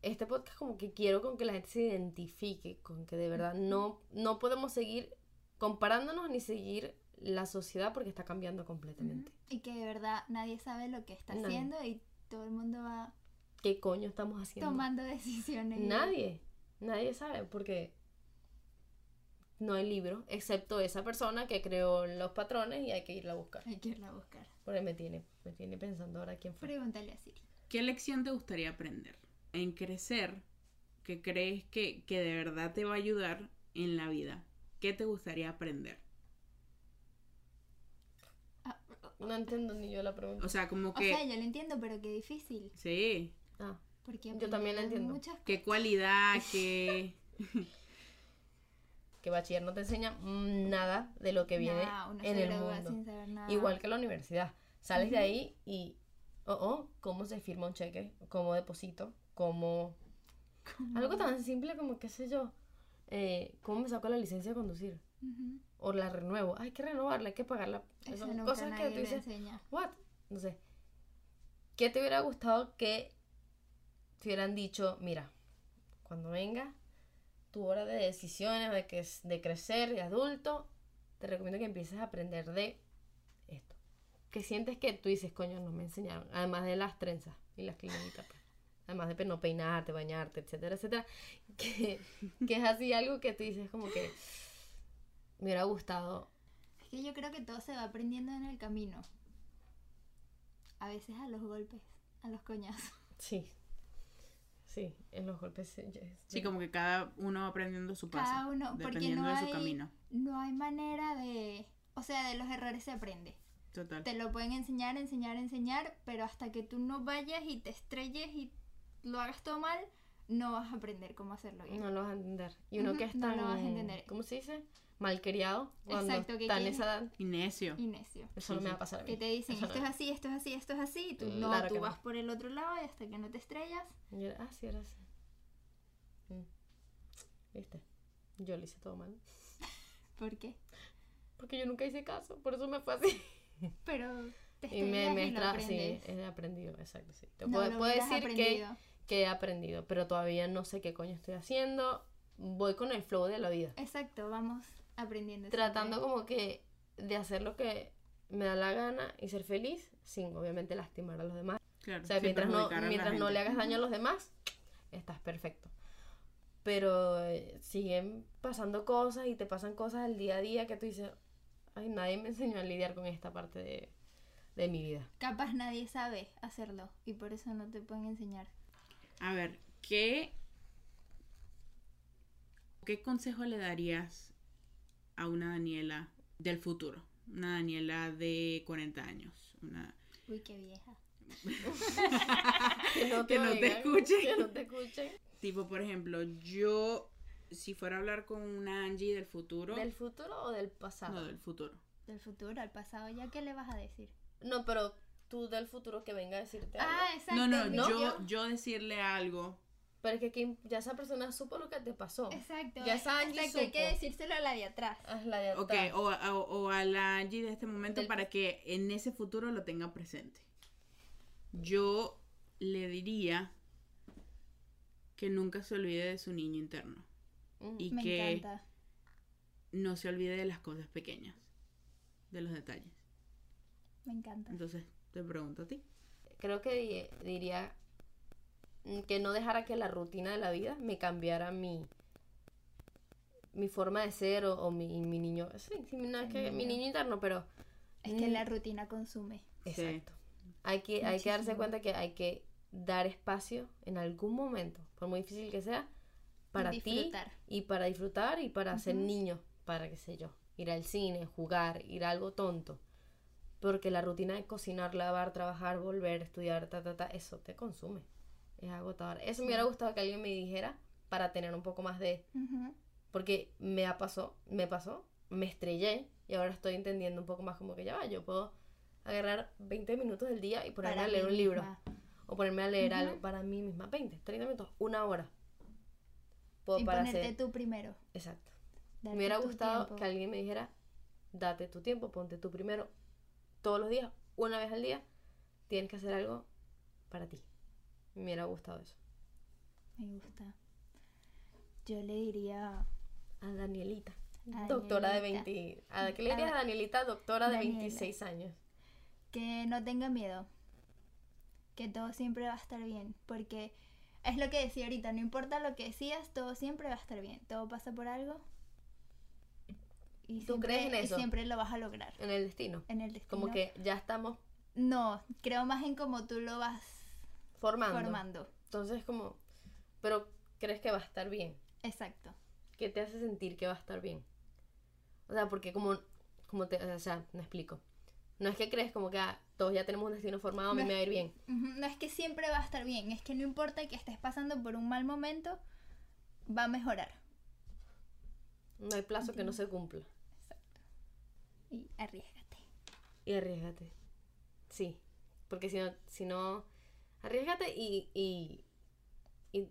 este podcast como que quiero con que la gente se identifique, con que de verdad no, no podemos seguir comparándonos ni seguir la sociedad porque está cambiando completamente.
Y que de verdad nadie sabe lo que está
Nadie.
haciendo y todo el mundo va
¿Qué coño estamos haciendo?
tomando decisiones.
Nadie, nadie sabe porque no hay libro, excepto esa persona que creó los patrones y hay que irla a buscar.
Hay que irla a buscar.
Porque me tiene, me tiene pensando ahora quién fue.
Pregúntale a Siri.
¿Qué lección te gustaría aprender en crecer que crees que, que de verdad te va a ayudar en la vida? ¿Qué te gustaría aprender?
Ah,
No entiendo ni yo la pregunta.
O sea, como
o
que...
sea, yo lo entiendo, pero qué difícil.
sí,
Ah,
Porque
Yo también lo
aprendí
entiendo.
Muchas
qué cualidad, qué...
que bachiller no te enseña mm, nada de lo que viene
Nada, uno se
en el
gradúa
mundo.
sin saber nada.
Igual que la universidad. Sales de ahí y, oh, oh, cómo se firma un cheque, cómo deposito, cómo... Algo tan simple como, qué sé yo, eh, cómo me saco la licencia de conducir
Ujú.
o la renuevo. Ay, hay que renovarla, hay que pagarla.
Eso
Son
nunca
cosas que
nadie
tú
le
dices,
enseña.
what? No sé. ¿Qué te hubiera gustado que te hubieran dicho, mira, cuando venga tu hora de decisiones, de, que, de crecer, de adulto, te recomiendo que empieces a aprender de esto? Que sientes que tú dices, coño, no me enseñaron, además de las trenzas y las clinitas, pues. además de pe- no peinarte, bañarte, etcétera, etcétera, que, que es así algo que tú dices como que me hubiera gustado
que yo creo que todo se va aprendiendo en el camino. A veces a los golpes, a los coñazos.
Sí. Sí, en los golpes. eh, ya es-
Sí, como que cada uno va aprendiendo su paso.
Cada uno, porque
dependiendo
no
de
hay,
su camino.
no hay manera de... O sea, de los errores se aprende.
Total.
Te lo pueden enseñar, enseñar, enseñar, pero hasta que tú no vayas y te estrelles y lo hagas todo mal, no vas a aprender cómo hacerlo bien.
No lo vas a entender. Y uno que
Ujú,
es
no
tan.
lo vas a entender.
¿Cómo se dice? Malcriado. Cuando
Exacto, que
tan
quieres-
esa edad.
Y necio.
Mm.
Y necio.
Eso no me va a pasar a mí.
Que te dicen,
Eso
esto es
no.
así, esto es así, esto es así, y tú no,
Mm, Claro
tú
que no.
vas por el otro lado y hasta que no te estrellas,
Y yo era, ah, sí, era así. Mm. ¿Viste? Yo lo hice todo mal.
¿por qué?
Porque yo nunca hice caso, por eso me fue así.
Pero te
Y me,
estrellas
me
y, lo
estra- sí,
aprendes.
he aprendido, exacto, sí. Te
No
puedo,
lo
puedo
hubieras
decir que,
aprendido.
que he aprendido, pero todavía no sé qué coño estoy haciendo. Voy con el flow de la vida.
Exacto, vamos aprendiendo.
Tratando
siempre.
como que de hacer lo que me da la gana y ser feliz, sin obviamente lastimar a los demás.
Claro,
O sea,
sin
mientras, no,
perjudicar a la
mientras no
gente.
le hagas daño a los demás, estás perfecto. Pero eh, siguen pasando cosas y te pasan cosas al día a día que tú dices, ay, nadie me enseñó a lidiar con esta parte de, de mi vida.
Capaz nadie sabe hacerlo y por eso no te pueden enseñar.
A ver, ¿qué, ¿qué consejo le darías a una Daniela del futuro? Una Daniela de 40 años. Una...
Uy, qué vieja.
Que no
Que no te escuchen.
Que no te escuchen.
Tipo, por ejemplo, yo, si fuera a hablar con una Angie del futuro...
¿Del futuro o del pasado?
No,
No,
del futuro.
Del futuro al pasado, ¿ya qué le vas a decir?
pero tú del futuro que venga a decirte algo.
Ah, exacto.
No, no,
el
yo,
video.
yo decirle algo.
Pero es que aquí ya esa persona supo lo que te pasó.
Exacto.
Ya esa Angie
exacto, hay que
supo.
decírselo a la de atrás.
Haz Ah, la de
Ok,
atrás.
o, a- o a la Angie de este momento
Del-
para que en ese futuro lo tenga presente. Yo le diría que nunca se olvide de su niño interno
Mm.
y
Me
que
encanta.
no se olvide de las cosas pequeñas, de los detalles.
Me encanta.
Entonces, te pregunto a ti.
creo que di- diría mm, que no dejara que la rutina de la vida me cambiara mi mi forma de ser o, o mi, mi niño sí, sí, no, es que mi niño interno pero
Es que
Mm.
la rutina consume.
exacto hay que hay que darse
Muchísimo.
cuenta que hay que dar espacio en algún momento por muy difícil que sea para ti
Disfrutar.
y para disfrutar y para ser
Ujú.
niño para qué sé yo ir al cine jugar ir a algo tonto porque la rutina de cocinar, lavar, trabajar, volver, estudiar, ta, ta, ta, eso te consume. Es agotador. Eso me hubiera gustado que alguien me dijera para tener un poco más de...
Ujú.
Porque me ha pasó, me pasó, me estrellé y ahora estoy entendiendo un poco más como que ya va, yo puedo agarrar 20 minutos del día y ponerme
Para
a leer
mí
un libro.
misma.
O ponerme a leer algo para mí misma. 20, 30 minutos, una hora. Puedo
Y
para
ponerte
hacer...
tú primero.
Exacto. Me
darte
hubiera
tu
gustado
tiempo.
que alguien me dijera, date tu tiempo, ponte tú primero, todos los días, una vez al día, tienes que hacer algo para ti. Me hubiera gustado eso.
Me gusta. Yo le diría
A Danielita,
A
doctora de
Danielita.
20... ¿A qué le dirías
A-
a Danielita, doctora de
Daniela.
26 años?
que no tenga miedo. Que todo siempre va a estar bien. Porque es lo que decía ahorita, no importa lo que decías, todo siempre va a estar bien. Todo pasa por algo. Y
¿Tú
siempre-
crees en eso?
Y siempre lo vas a lograr.
En el destino.
En el destino.
Como que ya estamos
No, creo más en cómo tú lo vas
formando.
formando.
Entonces como, pero crees que va a estar bien.
Exacto.
¿Qué te hace sentir que va a estar bien? O sea, porque como, como te, o sea, me explico. No es que crees como que ah, todos ya tenemos un destino formado, a mí
No
me
es-
va a ir bien.
Ujú, No es que siempre va a estar bien, es que no importa que estés pasando por un mal momento, va a mejorar.
No hay plazo que no se cumpla.
Y arriesgate.
Y arriesgate. Sí. Porque si no, si no arriesgate y, y, y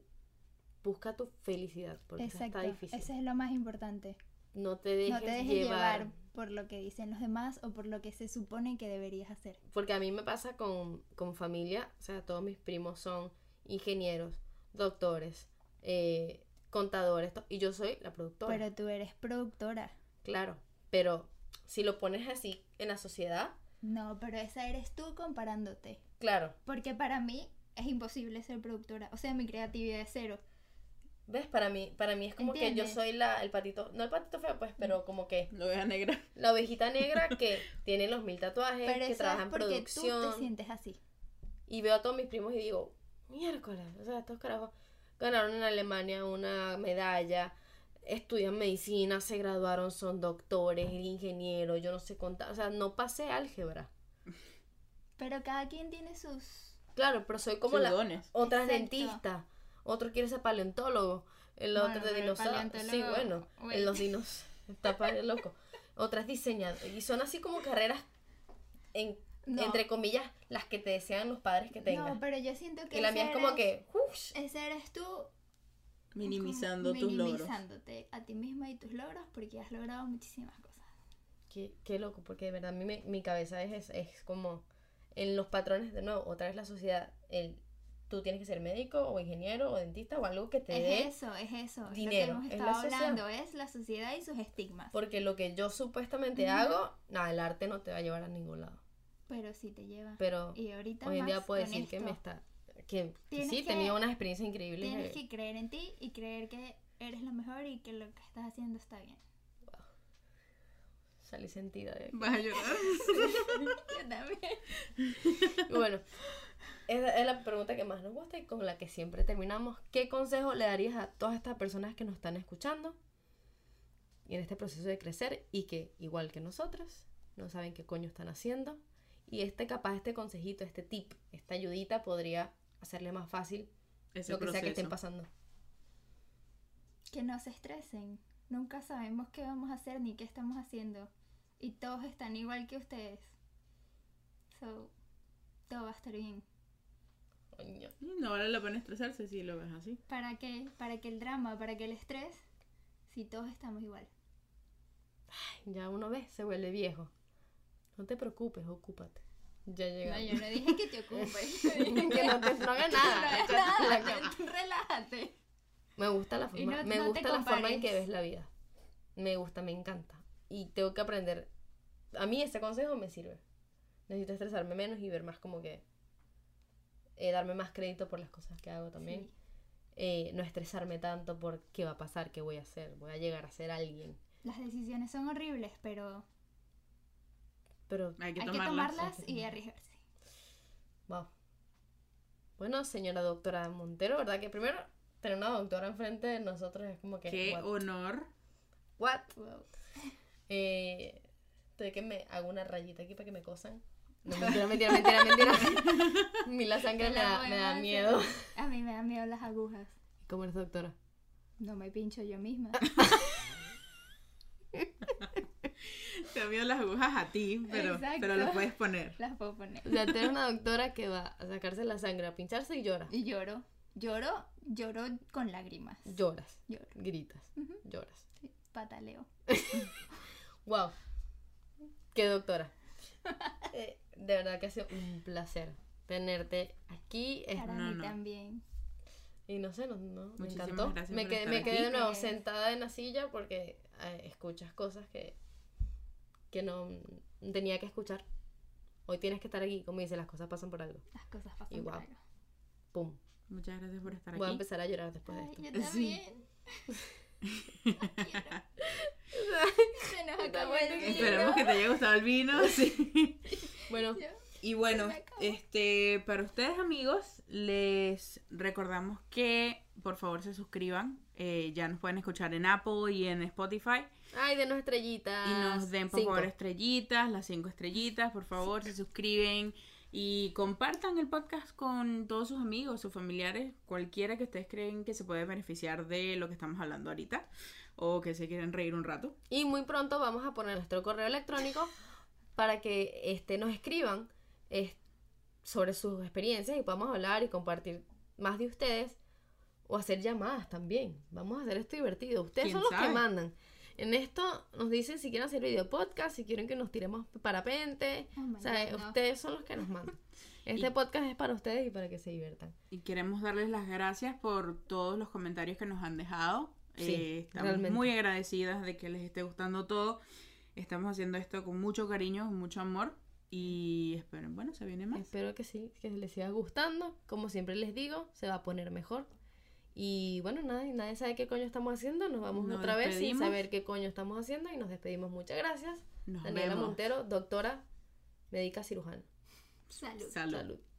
busca tu felicidad. Porque eso
Exacto.
está difícil.
Eso es lo más importante.
No te dejes,
no te dejes
llevar.
llevar. por lo que dicen los demás o por lo que se supone que deberías hacer.
Porque a mí me pasa con, con familia, o sea, todos mis primos son ingenieros, doctores, eh, contadores, to- y yo soy la productora.
Pero tú eres productora.
Claro, pero si lo pones así en la sociedad,
No, pero esa eres tú comparándote.
claro,
Porque para mí es imposible ser productora. O sea, mi creatividad es cero.
¿Ves? Para mí, para mí es como que
¿Entiendes? Mm.
yo soy la, el patito, no el patito feo, pues, pero como que
Lo veas negra.
la ovejita negra que tiene los mil tatuajes,
Pero
que
eso
trabaja
es
en
porque tú
producción.
te sientes así.
Y veo a todos mis primos y digo, miércoles, o sea, estos carajos ganaron en Alemania una medalla, estudian medicina, se graduaron, son doctores, ingenieros, yo no sé contar, o sea, no pasé álgebra.
Pero cada quien tiene sus...
Claro, pero soy como
Sus
la
dones.
otra es
Exacto.
dentista, otro quiere ser paleontólogo, el
Bueno,
otro de
pero el
dinosaurios. Sí,
paleontólogo,
bueno,
güey.
en los dinos está pa- loco. Otras diseñadoras y son así como carreras en-
No.
entre comillas las que te desean los padres que tengas.
No, pero yo siento que...
y la
ese
mía es como
eres-
que, "Ush,
Ese eres tú
Minimizando tus logros.
Minimizándote a ti misma y tus logros porque has logrado muchísimas cosas.
Qué, qué loco, porque de verdad a mí me- mi cabeza es, es, es como en los patrones, de nuevo, otra vez la sociedad, el, tú tienes que ser médico o ingeniero o dentista o algo que te dé,
Es eso, es eso.
dinero,
Lo que hemos
es
estado
la sociedad.
hablando es la sociedad y sus estigmas.
porque lo que yo supuestamente
Ujú.
hago, nada, el arte no te va a llevar a ningún lado.
Pero sí te lleva.
Pero
y ahorita
hoy en día
más
puedo
con
decir que
esto,
me está, que que
Tienes
sí,
que-
tenía unas experiencias increíbles.
Tienes
eh,
que creer en ti y creer que eres lo mejor y que lo que estás haciendo está bien.
Salí sentida de
Vas a llorar.
Yo también.
Y bueno, esa es la pregunta que más nos gusta y con la que siempre terminamos. ¿Qué consejo le darías a todas estas personas que nos están escuchando y en este proceso de crecer y que, igual que nosotras, no saben qué coño están haciendo? Y este capaz, este consejito, este tip, esta ayudita podría hacerle más fácil
Ese
lo que sea que
proceso.
estén pasando.
Que no se estresen. Nunca sabemos qué vamos a hacer ni qué estamos haciendo. Y todos están igual que ustedes. So, todo va a estar bien.
Coño.
No vale la pena estresarse si lo ves así.
¿Para qué? ¿Para que el drama? ¿Para que el estrés? Si todos estamos igual.
Ya uno ve, se vuelve viejo. No te preocupes, ocúpate. Ya
No, yo
llegamos.
no dije que te ocupes. yo
que no
dije que no
te no hagas nada.
hagas
échate en la
nada,
cama.
tú Relájate.
Me gusta la
Y
forma,
no-
me
no te
gusta la forma en
compares.
que ves la vida. Me gusta, me encanta. Y tengo que aprender. A mí ese consejo me sirve. Necesito estresarme menos y ver más como que eh, darme más crédito por las cosas que hago también.
Sí.
Eh, no estresarme tanto por qué va a pasar, qué voy a hacer, voy a llegar a ser alguien.
Las decisiones son horribles, pero
Pero,
Hay que
hay que
tomarlas.
tomarlas
sí.
y arriesgarse.
wow. Bueno, señora doctora Montero, ¿verdad? Que primero tener una doctora enfrente de nosotros es como que...
Qué
what?
honor.
what?
Wow.
Eh, estoy que me hago una rayita aquí para que me cosan. No, mentira, mentira, mentira, mentira. A mí la sangre
Te
me
la
da,
voy
me
a
da
hacer.
miedo.
A mí me dan miedo las agujas.
¿Cómo eres doctora?
No me pincho yo misma.
Te han ido las agujas a ti, pero,
Exacto.
pero las puedes poner.
Las puedo poner.
O sea, tú eres una doctora que va a sacarse la sangre, a pincharse y llora.
Y lloro. Lloro, lloro con lágrimas.
Lloras,
Lloro.
gritas, lloras.
Pataleo.
Wow. Qué doctora. Eh, de verdad que ha sido un placer tenerte aquí. Es-
Para
no,
mí
no.
también.
y no sé, no, no, me
Muchísimas
encantó.
gracias
Me
por
quedé,
estar
me
aquí.
quedé de nuevo
Gracias.
sentada en la silla porque eh, escuchas cosas que, que no mm, tenía que escuchar. Hoy tienes que estar aquí, como dice, las cosas pasan por algo.
Las cosas pasan
Y
por
guau,
algo.
Pum.
Muchas gracias por estar
Voy a
aquí.
empezar a llorar después de
Ay,
esto.
yo
Sí.
también. Quiero. Se nos acabó el
Exactamente.
vino.
Esperamos que te haya gustado el vino. Sí.
Bueno,
Y bueno,
Se me acabó.
este, para ustedes amigos, les recordamos que por favor se suscriban. Eh, ya nos pueden escuchar en Apple y en Spotify.
ay, denos estrellitas.
Y
Ah,
nos den por
Cinco.
favor estrellitas, las cinco estrellitas, por favor, se suscriben y compartan el podcast con todos sus amigos, sus familiares, cualquiera que ustedes creen que se puede beneficiar de lo que estamos hablando ahorita o que se quieren reír un rato.
Y muy pronto vamos a poner nuestro correo electrónico para que este, nos escriban es- sobre sus experiencias y podamos hablar y compartir más de ustedes o hacer llamadas también. Vamos a hacer esto divertido. Ustedes
¿Quién
son los
sabe?
que mandan. En esto nos dicen si quieren hacer video podcast, si quieren que nos tiremos parapente.
Oh my
o sea,
God, no.
ustedes son los que nos mandan. Este
Y-
podcast es para ustedes y para que se diviertan.
Y queremos darles las gracias por todos los comentarios que nos han dejado.
Sí,
Eh, estamos
realmente.
muy agradecidas de que les esté gustando todo. Estamos haciendo esto con mucho cariño, mucho amor. Y esperen, bueno, se viene más.
Espero que sí, que les siga gustando. Como siempre les digo, se va a poner mejor. Y bueno, nadie, nadie sabe qué coño estamos haciendo. Nos vamos
Nos
otra vez sin
despedimos.
saber qué coño estamos haciendo y nos despedimos. Muchas gracias.
Nos
Daniela
vemos.
Montero, doctora médica cirujana.
Salud.
Salud.
Salud.